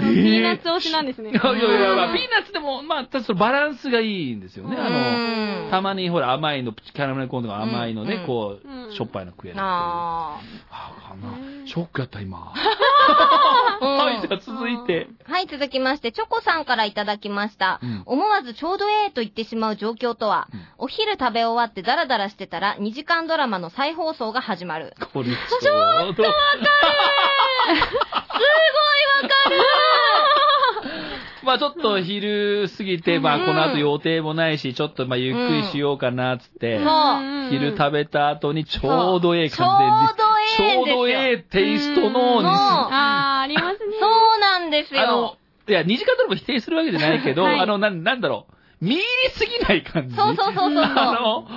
D: ピーナッツ推しなんで すね
C: い。やいやいや、まあピーナッツでも、まあ、ちょっとバランスがいいんですよね。あの、
B: うーん
C: たまにほら甘いの、プチキャラメルコーンとか甘いのね、
B: うん
C: こう、
D: うん
C: しょっぱいの食えるっていう。あ
B: あ
C: あかんな。ショックやった、今。
B: ー。うん
C: はい、じゃあ続いて。
B: はい、続きまして、チョコさんからいただきました。
C: うん
B: 思わずちょうどええと言ってしまう状況とは、
C: うん
B: お昼食べ終わってダラダラしてたら、2時間ドラマの再放送が始まる。
C: これ、ちょっとわ
B: すごいわ かる
C: まあちょっと昼過ぎて、まあこの後予定もないし、ちょっとまあゆっくりしようかな、つって。
B: うん
C: 昼食べた後にちょうどええ
B: ちょう
C: 完
B: どええ
C: 全
B: ん
C: に。
B: ですよ。
C: ええテイストの
D: うん
C: に
D: あー、ありますね。
B: そうなんですよ。
C: あの、いや、2時間ドラマ否定するわけじゃないけど、
D: はい
C: あの、なん、なんだろう。見入りすぎない感じ。
B: そうそうそうそうそう
C: あの、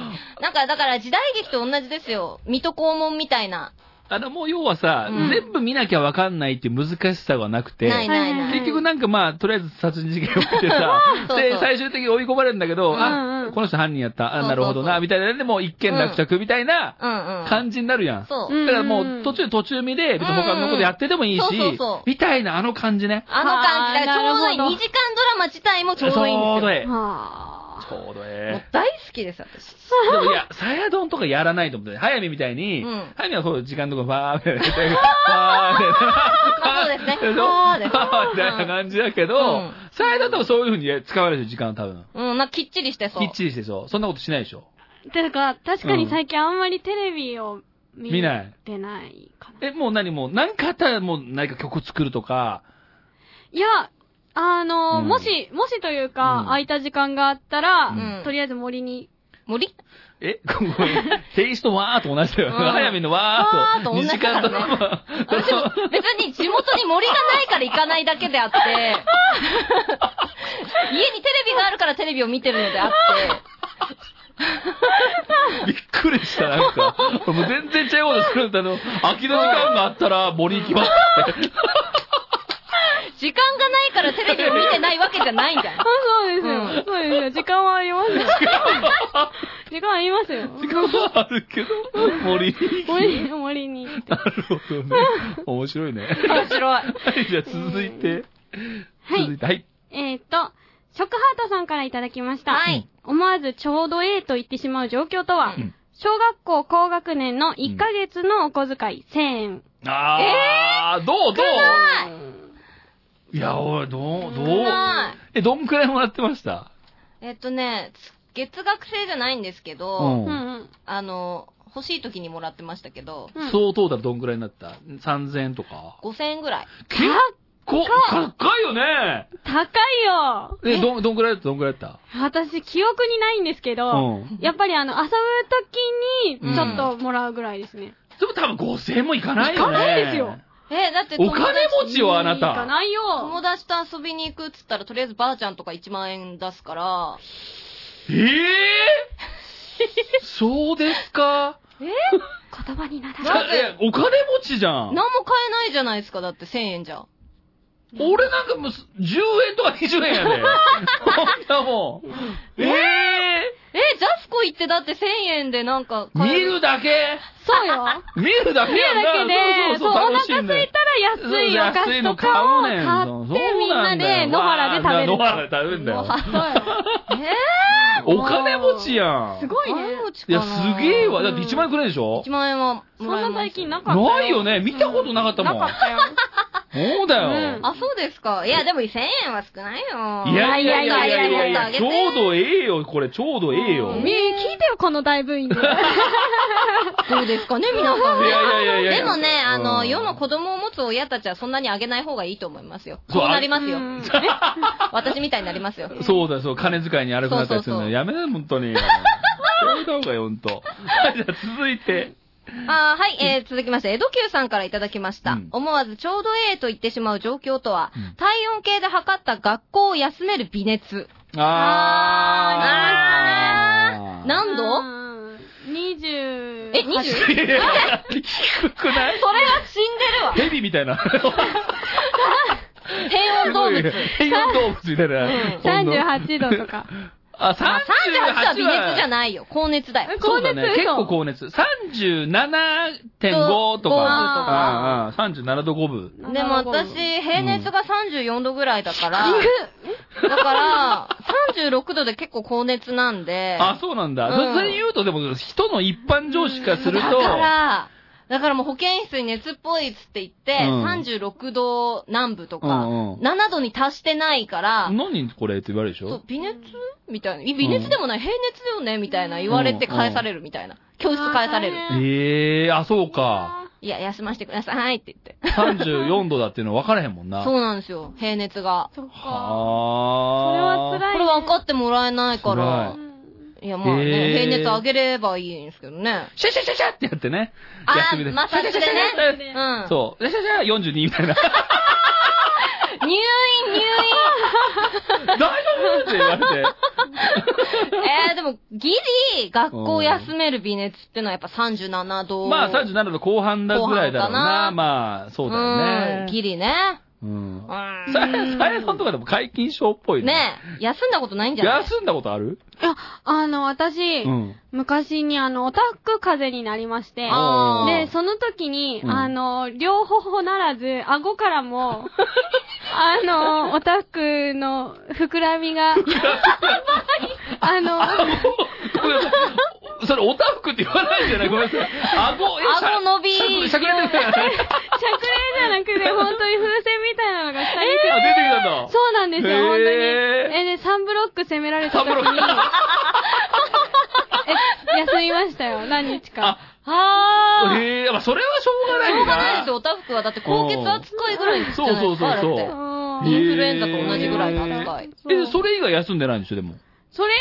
B: なんか、だから時代劇と同じですよ。水戸黄門みたいな。
C: あの、もう要はさ、
B: うん
C: 全部見なきゃわかんないっていう難しさがなくて、
B: ないない
D: は
B: ない
D: はい
B: い。、
C: 結局なんかまあ、とりあえず殺人事件起きてさ
B: そうそう
C: で、最終的に追い込まれるんだけど、
D: うんう
C: あ
D: ん、
C: この人犯人やった、
B: そうそうそ
C: あ、
B: う
C: なるほどな、みたいなでもう一件落着みたいな
B: うんうん。
C: 感じになるやん。
B: そう。
D: うん
C: だからもう途中途中見で、別に他のことやっててもいいし
B: うんうんそうそうそう、
C: みたいなあの感じね。
B: あの感じ。だからちょうどいい。
D: あーなるほど
B: 2時間ドラマ自体もちょうどいいんですよ。
C: ええ
D: は
C: ちょうど
B: もう
C: ええ。
B: 大好きです、私。
C: でもいや、サヤ丼とかやらないと思って、早見みたいに、
B: うん
C: 早見はこう時間とかバーって、バーって、
B: そうですね
C: でしょ
B: バーです
C: バーみたいな感じだけど
B: うん、
C: サヤ丼とかそういう風に使われるでしょ時間を多分。
B: うん、なんかきっちりしてそう。
C: きっちりしてそう。そんなことしないでしょ。
D: ーてか、確かに最近あんまりテレビを見
C: 見ない
D: てないかな。
C: え、もう何もう、何かあったらもう何か曲作るとか、
D: いや、あ
C: う
D: の、
C: ん
D: もし、もしという
C: う
D: か、
C: ん
D: 空いた時間があったら、
C: うん
D: とりあえず森に。
B: 森
C: え、ごめん。テイストわーと同じだよ。
B: うん
C: 早見のわーと。
B: わーと同じ
C: 2時間ドラマ。
B: 私も別に地元に森がないから行かないだけであ って、家にテレビがあるからテレビを見てるのであっ て、
C: びっくりした、なんか。もう全然ちゃうことするんだの。空きの時間があったら森行きますって。
B: 時間がないからテレビを見てないわけじゃないんだよ
D: あ、。そうですよ。
B: うん
D: そうですよ。時間はあります よ。時間ありますよ。
C: 時間はあるけど、森行きます。
D: 森に、森に。
C: なるほどね。面白いね。
B: 面白い。
C: はい、じゃあ続いて。
D: はい
C: 続いて、はい。
D: えー、っと、食ハートさんからいただきました。
B: はい
D: 思わずちょうどええと言ってしまう状況とは、
C: うん
D: 小学校高学年の1ヶ月のお小遣い1000円。
C: あー、どうど
B: な
C: ういや、おい、どう、ど
B: いうない。
C: え、どんくらいもらってました
B: えっとね、つ月額制じゃないんですけど、
C: うん
D: うんうん。
B: あの、欲しい時にもらってましたけど、
D: うん
C: そうトータルどんくらいになった ?3000 円とか。
B: 5000円ぐらい。
C: 結構高いよね
D: 高いよ
C: え、どん、どんくらいだったどんくらいだった
D: 私、記憶にないんですけど、
C: うん
D: やっぱりあの、遊ぶ時に、ちょっともらうぐらいですね。
C: でも多分5000円もいかないよね。
D: いかないですよ。
B: え、だって
C: お
B: 友達
C: 金持ちよ、あない
D: いか
C: た。
D: ないよ
B: 友達と遊びに行くっつったら、とりあえずばあちゃんとか1万円出すから、
C: ええー、そうですか
D: 言葉になら
C: い
D: な
B: な
D: い。
B: ぜ
C: や、お金持ちじゃ
B: 何
C: ん
B: も。買えないじゃないですか、だって1000円じゃん。
C: 俺なんかもうす10円とか20円やで。そんなもん。ええ
B: え、ジャスコ行ってだって1000円でなんか
C: ー、見
B: 買え
C: るだけ
D: そうよ。
C: 見るだけやんな。
D: だけで、そう、お
C: 楽
D: 腹
C: しいん
D: 空
C: だよ
D: いたら安いお菓子とかを買ってみんなで野原で食べる
C: 野。原で食べるんだよ。お金持ちやん。
B: すごいね。
C: いや、すげえわ。だって1万円くらいでしょ
B: 1万円は。
D: そんな最近なかった
C: ないよ。ね。見たことなかった
D: な
C: もん
D: か。ったよ。
C: そうだよ。
B: あ、そうですか。いや、でも1000円は少ないよ。
C: いやいやいやいやいやいや、
B: もっとあげ
C: ち
B: て
C: ょうどええよ、これ、ちょうどええ よ。
D: み
C: い
D: 聞いてよ、この大部員 で。
B: どうですかね、皆さんね。
C: やいやいやいや。
B: でもね、あ
C: う
B: の、
C: ん
B: 世の子供を持つ親たちはそんなにあげない方がいいと思いますよ。
C: そう
B: こうなりますよ
D: う。ん
B: 私みたいになりますよ。
C: そうだ、そう、金遣いに荒くなったりする
B: そうそ
C: の。
B: うそう
C: やめな、本当に。やめた方がいい、ほんと。はい、じゃあ続いて。
B: あーはい、えー、続きまして、江戸急さんからいただきました。
C: うん
B: 思わずちょうどええと言ってしまう状況とは、
C: うん
B: 体温計で測った学校を休める微熱。
C: あ
B: あーなるほどね何度
D: うん20。
B: え、20? そ
C: い
B: れ
C: や低くない
B: は死んでる わ。
C: ヘビみたいな。
B: 低温動物。
C: ヘビ動物みたいな。ほんと
D: ?38 度と か。
C: あ、38
B: あ、38は
C: は
B: 微熱じゃないよ。高熱だよ。
C: そうだね。
D: 高熱
C: 結構高熱。37.5とか。
B: 5
C: ああ、37度5分。
B: とか。でも私、平熱が34度ぐらいだから、だから、36度で結構高熱なんで、
C: あ、そうなんだ。
B: うん
C: それで言うと、でも、人の一般常識からする
B: だ
C: と、
B: から、だからもう保健室に熱っぽいっつって言って、
C: うん
B: 36度南部とか、
C: うんうん
B: 7度に達してないから、
C: 何これって言われるでし
B: そう
C: ょ
B: 微熱みたいな。い微熱でもない、平熱だよねみたいな言われて返されるみたいな。教室返される。
D: あー
C: ええあ、そうか。。
B: いや、休ませてくださいって言って。
C: 34度だっていうの分からへんもんな。
B: そうなんですよ、平熱が。
D: そっか。それは
C: はあ。
D: 辛い。
B: これ分か
D: っ
B: ってもらえないから
C: 辛。
B: いや、まあね、
C: へー
B: 平熱上げればいいんですけどね。
C: シャシャシャシャってやってね。
B: あ
C: 休みで
B: ー、摩擦でね。
D: ね
B: うん。
C: そう。シャシャシャ42みたいな。
B: 入院、入
C: 大
B: 院。
C: 丈夫って言わ れて。
B: えー、でも、ギリ、学校休める微熱ってのはやっぱ37度。
C: まあ37度後半だぐらいだろう
B: 後半
C: な。
B: かな
C: まあ、そうだ
B: う
C: よね。
B: ん、ギリね。
C: うん。
B: う
C: さやさんとかでも解禁症っぽい
B: ん。ねえ、休んだことないんじゃない
C: 休んだことある
D: あの、私
C: う、ん。
D: 昔にあの、オタク風邪になりまして。
B: あー
D: で、その時に、
C: うん
D: あの、両頬ならず、顎か らも、あの、オタクの膨ら みが、あの、
C: ごめんなさい。それ、おたふくって言わないん じゃないごめんなさい。顎、えしゃ
B: 顎伸び
C: しゃくしゃくれてるからね。
D: 着礼じゃなくて、本当に風船みたいなのが下にく
C: あ
D: る。
C: 出てきたんだ。
D: そうなんですよ、
C: へー
D: 本当に。え、で、3ブロック攻められた時に
C: 三ブロッ、
D: え、休みましたよ、何日
C: あ
D: か。はー。
C: ええまあ、それはしょうがないよ
B: しょうがないですよ、
C: な。
B: おたふくは。だって高血圧かいぐらいじゃないですか
C: うんそうそうそうそう
B: あれって
D: うん
B: インフルエンザと同じぐらいの扱い。
C: え、それ以外休んでないんでしょ、でも。
D: それ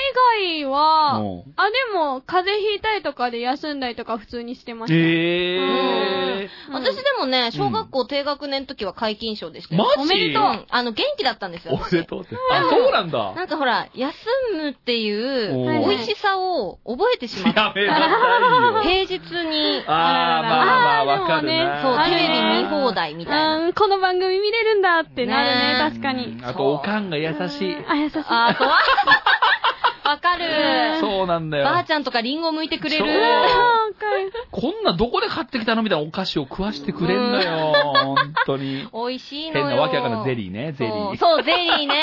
D: 以外は、
C: うん
D: あ、でも、風邪ひいたりとかで休んだりとか普通にしてました。
C: ええ
D: うん
B: 私でもね、小学校低学年の時は皆勤賞でしたよ。
C: マジ
B: おめでとう。あの、元気だったんですよ。
C: お
B: 私
C: めでとうって。あ、そうなん
B: な
C: だ。
B: んかほら、休むっていう、
D: おー
B: 美味しさを覚えてしまった。
C: やめなさいよ。
B: 平日に
C: あー、まあまあ、わかる
D: あーでもね
B: そう、
C: な。
D: あ
B: テ
D: れ
B: レビ見放題みたいな。
D: あーこの番組見れるんだってな
B: ね
D: るね、
B: ー
D: 確かに。
C: あと、おかんが優しい。
D: あ、優しい。
B: あー、怖い。 わかる。
C: そうなんだよ。
B: ばあちゃんとかリンゴ剥いてくれ
C: そ
B: る。
D: あーかゆい
C: こんなどこで買ってきたのみたいなお菓子を食わしてくれんだよ。本当に。
B: 美味しいの
C: 変
B: よ。
C: なわけわかんないゼリーね、ゼリ
B: そう
C: ー。
B: そう、ゼリーね。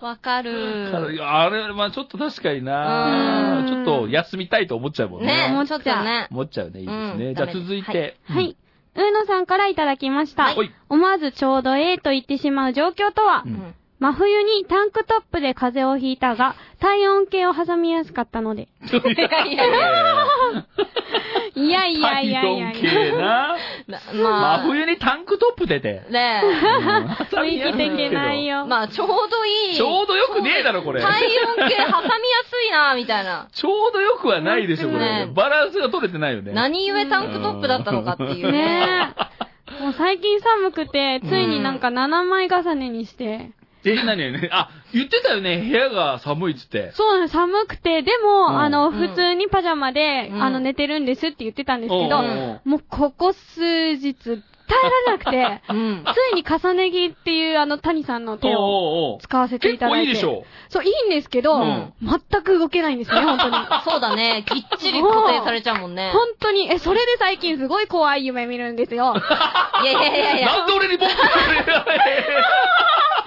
B: わかる。
C: あれ、まあちょっと確かに
B: う
C: なんちょっと休みたいと思っちゃうもんね。
B: ね
D: 思っ
B: ち
D: ち
B: ょ
D: ゃ
B: っ
D: う
B: とね。
C: 思っちゃうね。いいです
B: う
C: ね。
B: ん
C: じゃあ
B: ダメです
C: 続いて。
D: は。い。うーのさんからいただきました。
C: はい。
D: 思わずちょうどええと言ってしまう状況とは、
C: う
B: うんん
D: 真冬にタンクトップで風邪をひいたが、体温計を挟みやすかったので。
B: いやいやいや
D: いやいや
C: 体
D: いやいや
C: 温
D: いや。
C: 計な。
B: な
C: 真
B: まあ、
C: 冬にタンクトップ出て。
B: ね
C: 雰
D: 雰囲気的けない
B: え。
D: よ。
B: まあ、ちょうどいい。
C: ちょうどよくねえだろ、これ。
B: 体温計挟みやすいな、みたいな。
C: ちょうどよくはないでしょ、これ
B: ね。
C: バランスが取れてないよね。
B: 何故タンクトップだったのかっていうね。
D: ね え。もう最近寒くて、ついになんか7枚重ねにして。
C: え、何よね。あ、言ってたよね、部屋が寒いっつって。
D: そうなの、寒くて、で
C: う
D: も、
C: ん
D: あの、
B: ん
D: 普通にパジャマで、
B: うん
D: あの、寝てるんですって言ってたんですけ
C: う
D: ど
C: ん、
D: もうここ数日、耐えられなくて、
B: うん。
D: ついに重ね着っていうあの谷さんの手を
C: おうおうおう
D: 使わせてい
C: 結
D: た
C: 構
D: だ
C: い
D: い
C: い
D: て。
C: でしょ
D: そう、いいんですけど、
C: うん
D: 全く動けないんですね、本 当に。
B: そうだね。きっちり固定されちゃうもんね。
D: 本当に、え、それで最近すごい怖い夢見るんです よ。
B: いやいやいやいや。
C: なんで俺にボック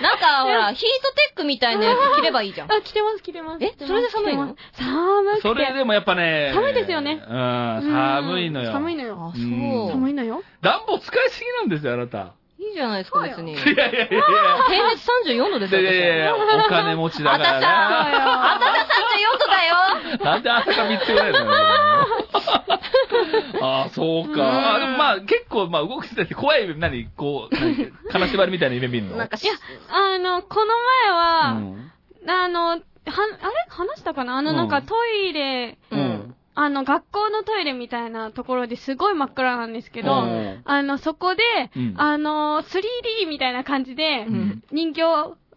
B: なんか、ほら、ヒートテックみたいなやつ着ればいいじゃん。
D: あ、着てます、着てます。
B: えそれで寒いの
D: 着てます寒くて。
C: それでもやっぱね。
D: 寒いですよね
C: うん、寒いのよ。
D: 寒いのよ。
B: あ、そう。
D: 寒いのよ。
C: 暖房使いすぎなんですよ、あなた。
B: いいじゃないですか、別に。
C: いやいやいやいや。
B: 平熱34度です
C: いや
B: よ、
C: いやい
B: 私。
C: や、お金持ちだから
B: あ
D: たちゃん
C: な。
B: あたた34度だよ
C: なんで朝が見つけないのよ。ああ、そうか。あでもまあ、結構、まあ、動きしてて怖い夢、何こう、何金縛りみたいな夢見るの
B: なんか、し、
D: あの、この前
C: う
D: は、
C: ん。
D: あの、は、あれ話したかなあの、
C: うん
D: なんかトイレ、
C: うん。
D: あの、学校のトイレみたいなところですごい真っ暗なんですけ
C: け
D: ど、あの、そこで、
C: うん
D: あの、3D みたいな感じで、
C: うん
D: 人形、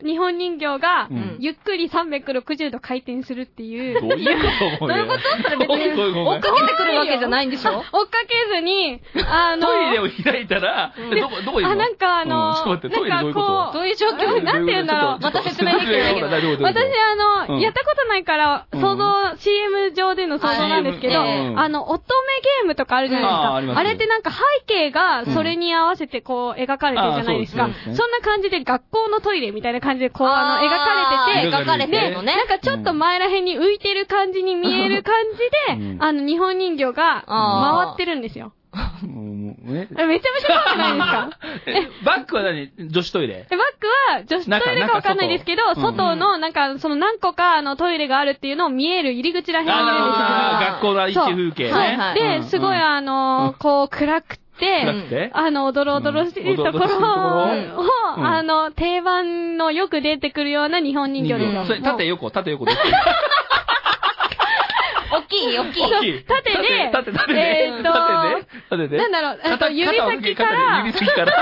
D: 日本人形が、
C: うん
D: ゆっくり360度回転するっていう、
C: どういうこと
B: どういうことそれ別に
C: ごめんごめ
B: 追
C: ん
B: っかけてくるわけじゃないんで しょ
D: 追っかけずに、あの、
C: トイレを開いたら、えどこ、どこ行くの
D: あ、なんかあ
C: う
D: の、
C: んちょっと待って、トイレ
D: な
C: どうい
D: ん
C: う
D: か
C: こ
D: こう、
B: どういう状
C: と
B: 況
D: なんて言うんだろう
C: ちょっと
B: また説明できない
C: 説明どうい
B: けど
C: うことどういうこ
D: 私
C: と、
D: あの、
C: うん
D: やったことないから、
C: うん
D: 想像、CM 上での想像なんですけど、
B: あ CM
C: うん
D: あの、乙女ゲームとかあるじゃないですか。
C: あーあ
D: あ
C: りますね
D: れってなんか背景が、それに合わせてこう、描かれてるじゃないですか。
C: あーそうです
D: そ
C: ね
D: んな感じで、学校のトイレみたいな感じで、こう、あの、描かれてて、
B: 描かれて
D: で、
B: るのね
D: なん。かちょっと前ら辺に浮いてる感じに見える感じで、
C: うん
D: あの、日本人形が
B: あー
D: 回ってるんですよ。
C: うんえ
D: めちゃめちゃ怖くないですか
C: えバッグは何女子トイレ
D: でバッグは女子トイレかわかんないですけど、
C: 中中外
D: 外の、なんか、その何個か、あの、トイレがあるっていうのを見える入り口ら辺にいるんですよ。
C: あー学校の一風景ね。
B: そうはいはい
D: で、すごい、あのーこう、暗
C: だ
D: くて、
C: って、
D: あの、おどろおどろしいと
C: うん
D: ころ
C: おどろおどろしいとこ
B: ろ
D: を、
C: うん
D: あの、定番のよく出てくるような日本人形ですよ。
C: それ縦横、縦横です。
B: 大きい、大きい。
C: 大きい
D: 縦で
C: 縦で、縦
D: え
C: で
D: ーっ、と
C: 縦で、縦で。
D: なんだろう、えっと、
C: 肩
D: 指先か
C: 肩
D: ら、
C: を上げ肩で指先から。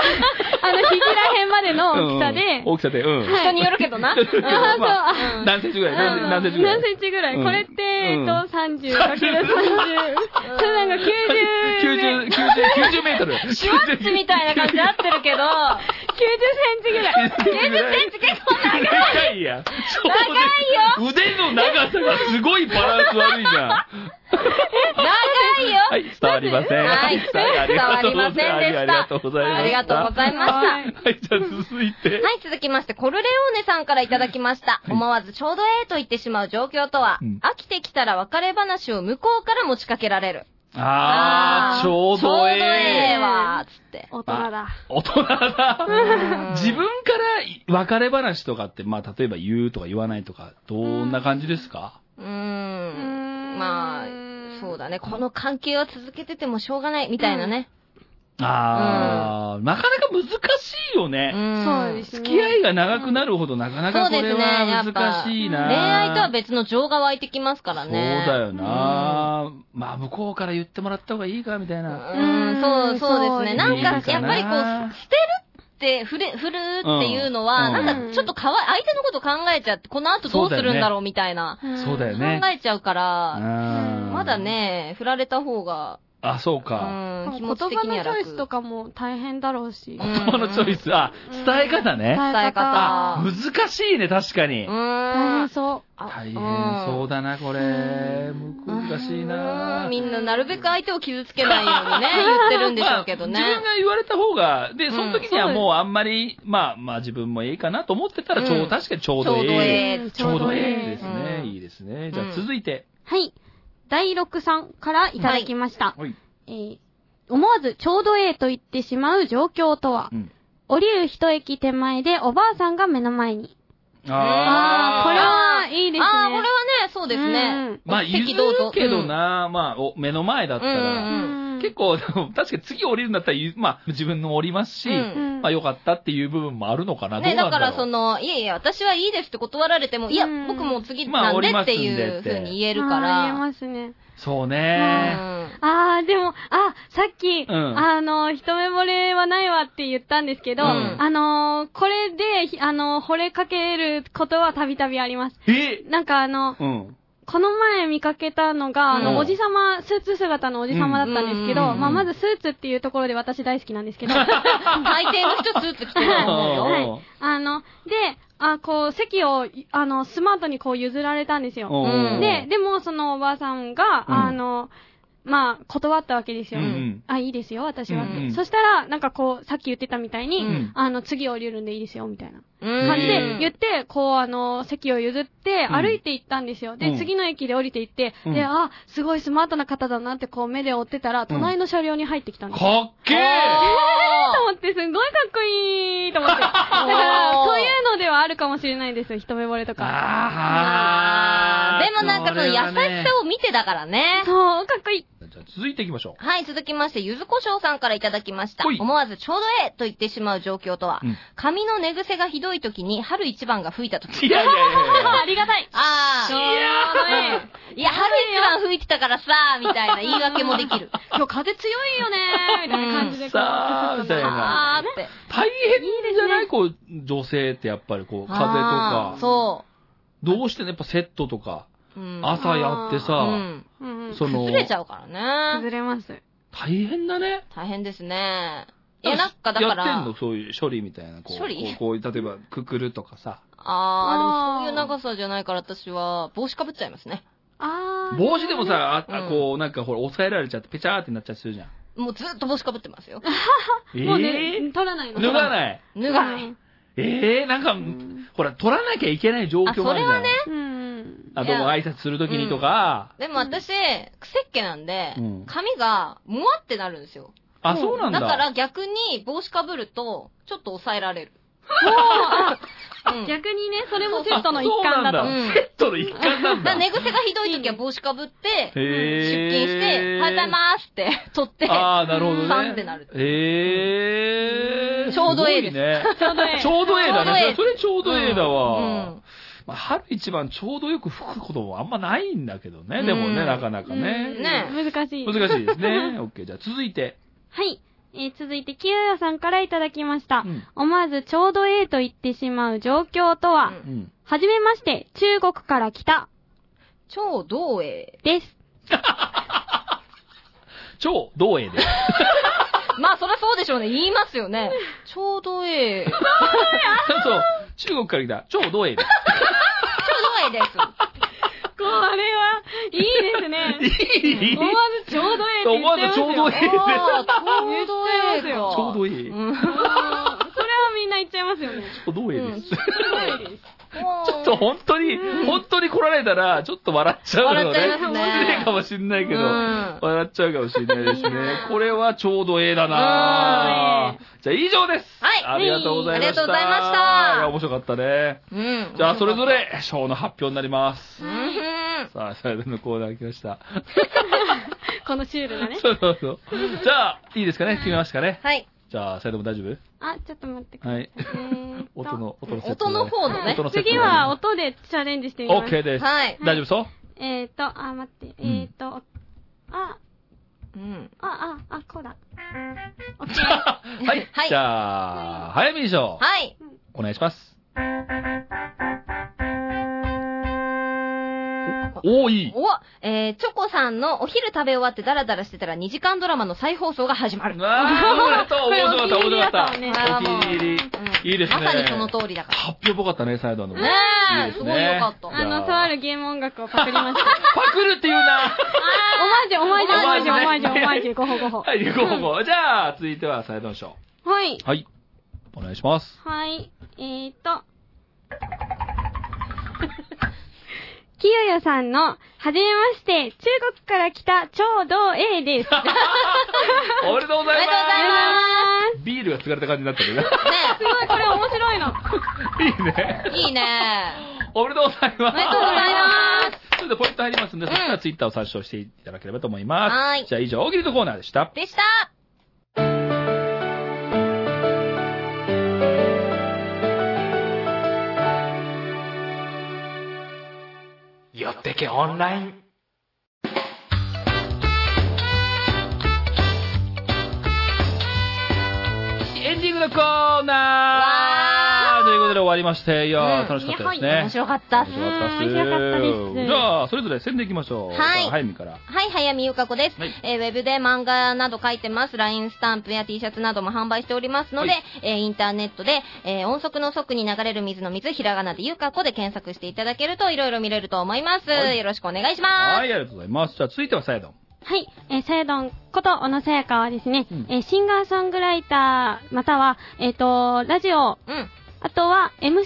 D: あの、肘ら辺まで の大きさ
C: う
D: で
C: ん、大きさで、うん。
D: はい
B: 人によるけど な。うん
D: あーそう
C: まあ
D: あ
B: うん
C: 何センチぐらい
D: うん
C: 何センチぐらい
D: 何センチぐらい
C: うん
D: これって、えっと、
C: うん
D: 30かける30。そうなんか90ね、
C: 90 90 90メートル。
B: シュワッチみたいな感じ合ってるけど、
D: 90センチぐらい。
C: 90センチ結構長い長いや。長いよ腕の長さがすごいバランス悪いじゃん。
B: 長いよ
C: はい、伝わりません。
B: はい伝わりませんでした
C: ありがとうございました。
B: ありがとうございました。
D: は
B: はいい、
C: はい、じゃあ続いて。
B: 続きまして、コルレオーネさんからいただきました。思わずちょうどええと言ってしまう状況とは、
C: うん
B: 飽きてきたら別れ話を向こうから持ちかけられる。
C: あー、ちょうど
B: ちょうどええ
C: ええ。
B: わ、つって。
D: 大人だ。
C: 大人だ。
B: うん
C: 自分から別れ話とかって、まあ、例えば言うとか言わないとか、どんな感じですか
B: うー。
D: うんーん
B: まあ、そうだね。この関係は続けててもしょうがない、みたいなね。
C: あー、なかなか難しいよ
B: う
C: ね。
B: ん。
D: そうですね。
C: 付き合いが長くなるほど、なかなかこれは難しいな。
B: 恋愛とは別の情が湧いてきますから
C: そう
B: ね。
C: だよな。まあ、向こうから言ってもらった方がいいか、みたいな。
B: うん、そう、そうですね。
D: そ
B: な
D: うんですね
B: か、やっぱり
C: いいかな
B: こう、捨てるって、振れ、振るっていうのは、
C: うん
B: なんかちょっとかわい、相手のこと考えちゃって、この後どうするんだろうみたいな、
D: うん
C: そうだよ
B: 考
C: ね
B: えちゃうから、
C: うん
B: まだ。ね、振られた方が、
C: あ、そう
B: う
C: か。
B: ん、気
D: 言
B: 持
D: 葉
B: ち
D: のチ
B: 的には楽。
D: ョイスとかも大変だろうし。
B: うん
C: 言葉のチョイス。あ、伝え方ね。
B: 伝え方
C: あ、難しいね、確かに
B: う。
D: 大
B: ん
D: 変。そう。
B: あ
C: 大変そうだな、これ。難しい
B: うん
C: な。
B: みんななるべく相手を傷つけないようにね、 言ってるんでしょうけど
C: まあ自分
B: ね。
C: が言われた方が、で、
B: うん
C: その時にはもうあんまり、まあまあ自分もいいかなと思ってたら、ちょ
B: う
C: う、
B: ん
C: 確かにちょう
B: ちょ
C: ど
B: うどえ
C: いい。
B: え
D: うん
C: ちょうどいいですね
B: う。ん
C: いいですね。じゃ
B: う
C: あ
B: ん
C: 続いて。
D: はい。第六さんからいただきました。
C: はい。
D: えー思わずちょうどええと言ってしまう状況とは、
C: うん
D: 降りる一駅手前でおばあさんが目の前に。
B: あー
D: これ
C: あー
D: はいいですね。
B: ああ、これはね、そうですね。
C: まあ言
B: 席
C: う
B: どうぞ
C: けどな、まあ、お目の前だった
B: う
C: ら
B: ん。
D: うん
C: 結構、でも確かに次降りるんだったら言う、まあ、自分の降りますし、
B: うん
C: まあ、良かったっていう部分もあるのかな、
B: ね、
C: どうな
B: だ
C: ん
B: か
C: ろう
B: らその、いやいや、私はいいですって断られても、いや
D: うん、
B: 僕もう次
C: まあ
B: な
C: 降
B: んで
C: りま
B: っ
C: すんで
B: て
C: って
B: いう風に言えるか
D: あー言え
B: ら。
D: ますね。
C: そう
B: う
C: ね。
B: ん
D: ああ、でも、あ、さっき、
C: うん
D: あの、一目惚れはないわって言ったんですけど、
C: うん
D: あのーこれで、ひあのー惚れかけることはたびたびあります。
C: え
D: なんかあの、
C: うん。
D: この前見かけたのが、あ
B: うん
D: の、おじさま、スーツ姿のおじさまだったんですけど、
C: うん
D: まあ、まずスーツっていうところで私大好きなんですけ ど、
B: 大抵の人スーツ着てると思うよ。
D: はいあの、で、あ、こう、席を、あの、スマートにこう譲られたんですよ。
B: うん
D: で、でも、そのおばあさんが、
C: うん
D: あの、まあ、断ったわけですよ。
C: うんうん
D: あ、いいですよ、私はって。
C: うんうん
D: そしたら、なんかこう、さっき言ってたみたいに、
C: うん
D: あの、次降りるんでいいですよ、みたいな
B: うん
D: 感じで言って、こう、あの、席を譲って、
C: うん
D: 歩いて行ったんですよ。
C: う
D: で、
C: ん
D: 次の駅で降りて行って、
C: うん
D: で、あ、すごいスマートな方だなって、こう、目で追ってたら、隣の車両に入ってきたんですよ。
C: かっけえ
B: お
D: と 思って、すごいかっこいいと思 って。だから、そういうのではあるかもしれないですよ、一目惚れとか。
B: ーあ
C: あ
B: ーでもなんかその優しさ
C: を。
B: を見てだからね。
D: そう、かっ こいい。
C: じゃあ続いていきましょ
B: はい、続きまして、ゆずこしょうさんからいただきました
C: ほい。
B: 思わずちょうどええと言ってしまう状況とは、
C: う。うん
B: 髪の寝癖がひどい時に春一番が吹いた時。
C: いやいやい
D: ありがたい。
B: あ
D: ちょ
B: あ、
D: うどええ
B: いや、春一番吹いてたからさ、みたいな言い訳もできる。
D: 今日風強いよねー、みたいな感じで。こう
C: さあみたいな
B: あーって。
C: 大変じゃないこう、女性ってやっぱりこう、風邪とか
B: あー。そ
C: どうしてね、やっぱセットとか、
B: う。うん
C: 朝やって
B: う
C: さ、
B: ん。
D: うんうん。
C: その、
B: 崩れちゃうからね
D: 崩。れます。
C: 大変だね。
B: 大変ですね。いや、なんかだから、
C: やってんのそういう処理みたいな。こう
B: 処理
C: こう、こう例えば、くくるとかさ。
B: あ
D: あー
B: ー、でもそういう長さじゃないから私は帽子かぶっちゃいますね。
D: あー。
C: 帽子でもさ、ああ
B: うん
C: こう、なんかほら、押さえられちゃって、ペチャーってなっちゃってするじゃん。
B: もうずっと帽子かぶってます よ。
C: え
D: もう
C: ー
D: ね、取らないの。
C: 脱がない。
B: 脱がない。
C: ええなんか、ほら、取らなきゃいけない状況もあるじゃん。
B: あそれはね
D: うんうん。
C: あ、どうも挨拶するときにとか、
B: でも私、癖っ気なんで
C: うん、
B: 髪がもわってなるんですよ。
C: あ、そうなんだ。
B: から逆に帽子かぶると、ちょっと抑えられる。うん
D: 逆にね、それもセットの一環だ
C: あ
D: と
C: そう。
B: う
C: なん
B: ん
C: だ。セットの一環な
B: だ
C: ん
B: か
C: だ。
B: ら寝癖がひどい時は帽子かぶって、出勤して、
C: へー
B: おはようございますって取って、
C: ああ、なるほどね。
B: パンってなる。
C: ええ
B: ちょうどええです
C: ね。
D: ちょうどええ
C: ちょうどええだ
B: ちょうどえ
C: ね
B: え。
C: それちょうどええだわ。
B: うん
C: まあ、春一番ちょうどよく吹くこともあんまないんだけどね。でも
B: う
C: ね、
B: ん
C: なかなか
D: うん
C: ね。
D: 難しい。
C: 難しいですね。オッケー。じゃあ続い て。
D: はい。えー続いて、キヨヤさんからいただきました。
C: うん
D: 思わずちょうどええと言ってしまう状況とは、
B: うん
C: うん。
D: はじめまして、中国から来た、
B: 超同栄。
D: です。
C: 超同栄で。
B: まあ、そりゃそうでしょうね。言いますよね。超同栄。超
C: そう。中国から来た。超同栄で。
B: 同栄です。
D: これは、いいです ね。
C: いい
D: 思わ ずちょうどええって
C: 思
D: 言っ
C: わ
D: て
C: ず
D: ます
C: ち
D: よ。
C: ょうどええで。
B: ああ、ちょうどええか。
D: 言っちゃいますよ
C: ちょうどええ
B: うん。
D: うんそれはみんな言っちゃいますよね。
C: ちょうどええです。 ち
B: ち
C: ょっと本当に、本当に来られたら、ちょっと笑っちゃうのね。
B: 笑っちゃいますね
C: 失礼かもしんないけど、
B: うん
C: 笑っちゃうかもしんない ですね
D: いや。ー
C: これはちょうどええだな
D: う
C: じゃあ以上です。
B: はい
C: ありがとうございました。
B: ありがとうございました
C: いや、面白かったね。
B: うん。
C: じゃあそれぞ。れ、賞の発表になります
B: う。ん。
C: さあ、それぞれのコーナー来ました。
D: このシュールなね。
C: そうそうそう。じゃあ、いいですかね決めましたかね
B: はい。
C: じゃあ、それでも大丈夫
D: あ、ちょっと待ってください。
C: はい。
D: えーっと
C: 音の、音のセット
B: 音の方のね
C: 音。のセット
D: 次は音でチャレンジしてみます。
C: OK です。
B: はい。
C: 大丈夫そう
D: えーっと、あ、待って。えーっと、あ、
B: うん。
D: あ、あ、あ、こうだ。オッケー。
C: はい。
B: はい
C: じゃあ、早めにしょう。
B: はい。
C: お願いします。お、いい。
B: お、えー、チョコさんのお昼食べ終わってダラダラしてたら2時間ドラマの再放送が始まる。
C: あー、おめでとう。面白かった、
D: これお気
C: 面
D: に
C: 白かった。
D: 入りだったね
C: お気に入り。
B: うん
C: いいですね
B: まさにその通りだから。
C: 発表っぽかったね、サイドの。
B: ねえ
C: ですね
B: ごいよかった。
C: じゃ
D: あの、とあるゲーム音楽をパクり ました。
C: パクるって言う な。
D: おまじおまじおまじおまじお
C: オマ
D: ま
C: ージ
D: じごほごほ。
C: はい、行こう行こう。じゃあ、続いてはサイドのショー。
D: はい。
C: はい。お願いし ます。
D: はい。えーっと。きよよさんの、はじめまして、中国から来た超道 A です。ありがとう。
C: おめでとうござい
B: おめでとうございま
C: ますす。ビールが継がれた感じになったけどね。
D: すごい、これ面白いの。
C: いいね。
B: ねえ。いいね
C: おめでとうございます。。
B: おめでとうございます
C: それでポイント入りますんで、そしたらツイッターを参照していただければと思います。
B: はーい
C: じゃあ以上、大喜利のコーナーでした。
B: でした
A: 寄ってけオンライン
C: エンディングのコーナーというこれ終わりまして、いやー、
B: うん
C: 楽しかったです
B: 面
C: ね。
B: 白かったっす。
D: 白
B: は
D: かったっす
C: 面白かったです
D: うん面白かったです
C: じゃあ、それぞれ宣伝いきましょう。
B: はい
C: さあはい、みから。
B: い、早見ゆか子です。
C: はい
B: えーウェブで漫画など書いてます。LINE スタンプや T シャツなども販売しておりますので、
C: は
B: えーインターネットで、えー音速の速に流れる水の水、ひらがなでゆか子で検索していただけるといろいろ見れると思います。
C: はい
B: よろしくお願いします。
C: はい、ありがとうございます。じゃあ、続いてはサイドン。
D: はい、えー、セイドンこと小野さやかはですね、
C: うん
D: えーシンガーソングライター、または、えっ、と、ラジオ、
B: うん。
D: あとは MC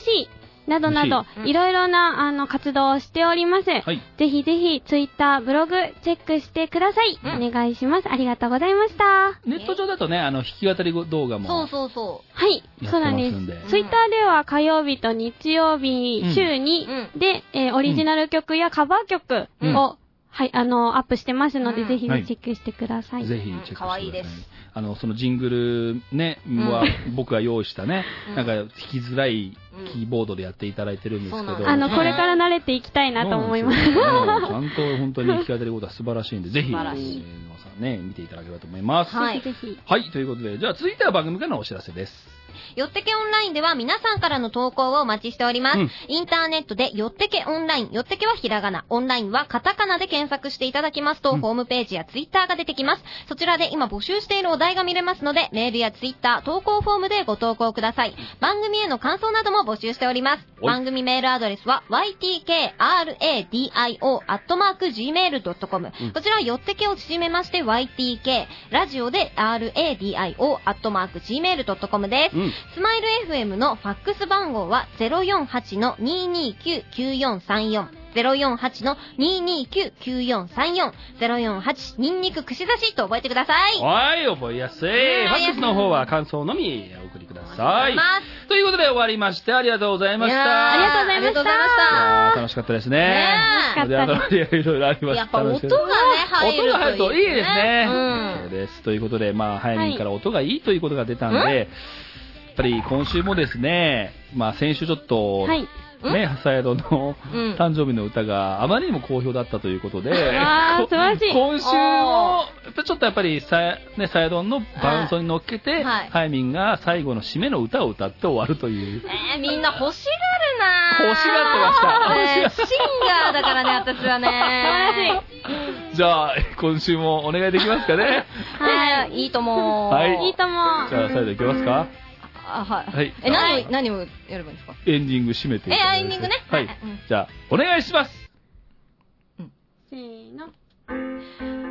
D: などなど
B: MC う、ん
D: いろいろな、あの、活動をしております。
C: はい。
D: ぜひぜひ、ツイッター、ブログ、チェックしてください。
B: うん
D: お願いします。ありがとうございました。は
C: ネット上だとね、あの、弾き語り動画も。
B: そうそうそ
D: い、
C: やって
D: そうなん
C: ま
D: です
C: んで。
D: す。ツイッターでは火曜日と日曜日
C: うん、
D: 週に、
B: う
D: で、えーオリジナル曲やカバー曲を、
C: うん
D: はい、あの、アップしてますので、
B: うん
D: ぜひ
C: は
D: ぜ
C: い
D: ひチェックしてください。
C: ぜひチェックしてくださ
B: 可愛いです
C: あの、そのジングルね、
B: ん
C: は、僕が用意したね、
B: うん
C: なんか、弾きづらい
B: うん
C: キーボードでやっていただいてるんですけ
B: そう
C: ど。
B: な
D: あ
B: ん
D: の、
B: です
D: これから慣れていきたいなと思います。
C: そうなんですよねちゃんと本当に弾き語りことは素晴らしいんで、ぜひ、
B: 素
C: 皆
B: 晴
C: さ
B: らしい
C: んね、見ていただければと思います。
B: はい
D: ぜひぜひ。
C: はい、ということで、じゃあ続いては番組からのお知らせです。
B: う。よってけオンラインでは皆さんからの投稿をお待ちしております。
C: うん
B: インターネットでよってけオンライン、よってけはひらがな、オンラインはカタカナで検索していただきますと、
C: うん
B: ホームページやツイッターが出てきます。そちらで今募集しているお題が見れますので、メールやツイッター、投稿フォームでご投稿ください。番組への感想なども募集しております。
C: おい
B: 番組メールアドレスは ytkradio.gmail.com、
C: うん
B: こちらよってけを縮めまして ytk、ラジオで radio.gmail.com です。
C: うん。
B: スマイル FM のファックス番号は048の229-9434。048の229-9434。048ニンニク串刺しと覚えてください。
C: はい、覚えやすい。フ
B: え
C: ァックスの方は感想のみお送りください
B: ま。
C: ということで終わりまして、ありがとうござい
B: す
C: ました。
D: ありがとうございま
B: やーありが
D: した
B: とうござい
C: あ
B: ま
C: ー楽しかったです
B: した。
C: ね。
D: ね
C: いやいろいろありまし
B: や
C: た。
B: っぱ音がね、入
C: 音
B: る
C: が入るといいですね。
B: うん
C: そうです。ということで、まあ、早見から音がいいということが出たんで、やっぱり今週もですね、まあ、先週ちょっと、
D: はい。
C: ね、ハサヤドの
B: うん
C: 誕生日の歌があまりにも好評だったということで、
D: わー
C: こ
D: 素晴らしい
C: 今週も、ちょっとやっぱりさや、ね、サヤドンの伴奏に乗っけて、
B: はい
C: ハイミンが最後の締めの歌を歌って終わるという。
B: ねみんな欲しがるなー
C: 欲しがってました
B: ねシンガーだからね、私 はね。
C: じゃあ、今週もお願いできますかね。
B: はい。いいとも。
C: はい
D: いいとも。
C: じゃあ、サヤドンいきますか
B: あ、は
C: は
B: い。
C: い
B: え、何を、何をやればいいんですか
C: エンディング締めていただいて
B: えエンディングね
C: はい。
B: はいうん
C: じゃあ、お願いします
D: せーの。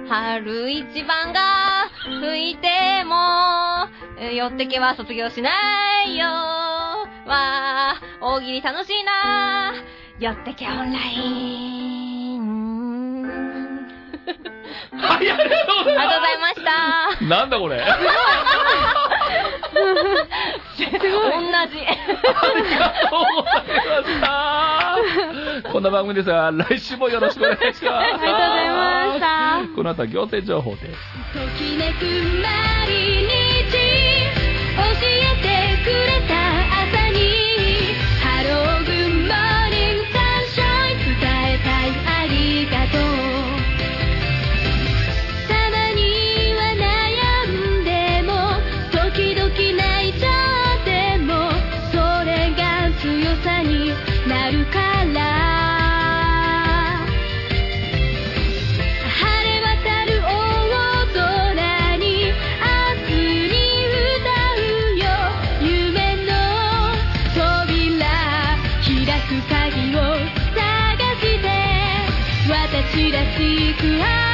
B: 春一番が吹いても、寄ってけは卒業しないよ。わー、大喜利楽しいな。寄ってけオンライン。
C: はい、ありがとうござい
B: ありがとうご
C: ま
B: ざいま した。
C: すなんだこれありがとうございまし
B: 同じ。
C: たこんな番組ですが、来週もよろしくお願いし ます
D: ありがとうございました。
C: この後は行政情報です。
B: ときめく毎日教えてくれた朝にハローグッモーニングサンシャイン伝えたいありがとうたまには悩んでも時々泣いちゃってもそれが強さになるから晴れ渡る大空に明日に歌うよ夢の扉開く鍵を探して私らしく歩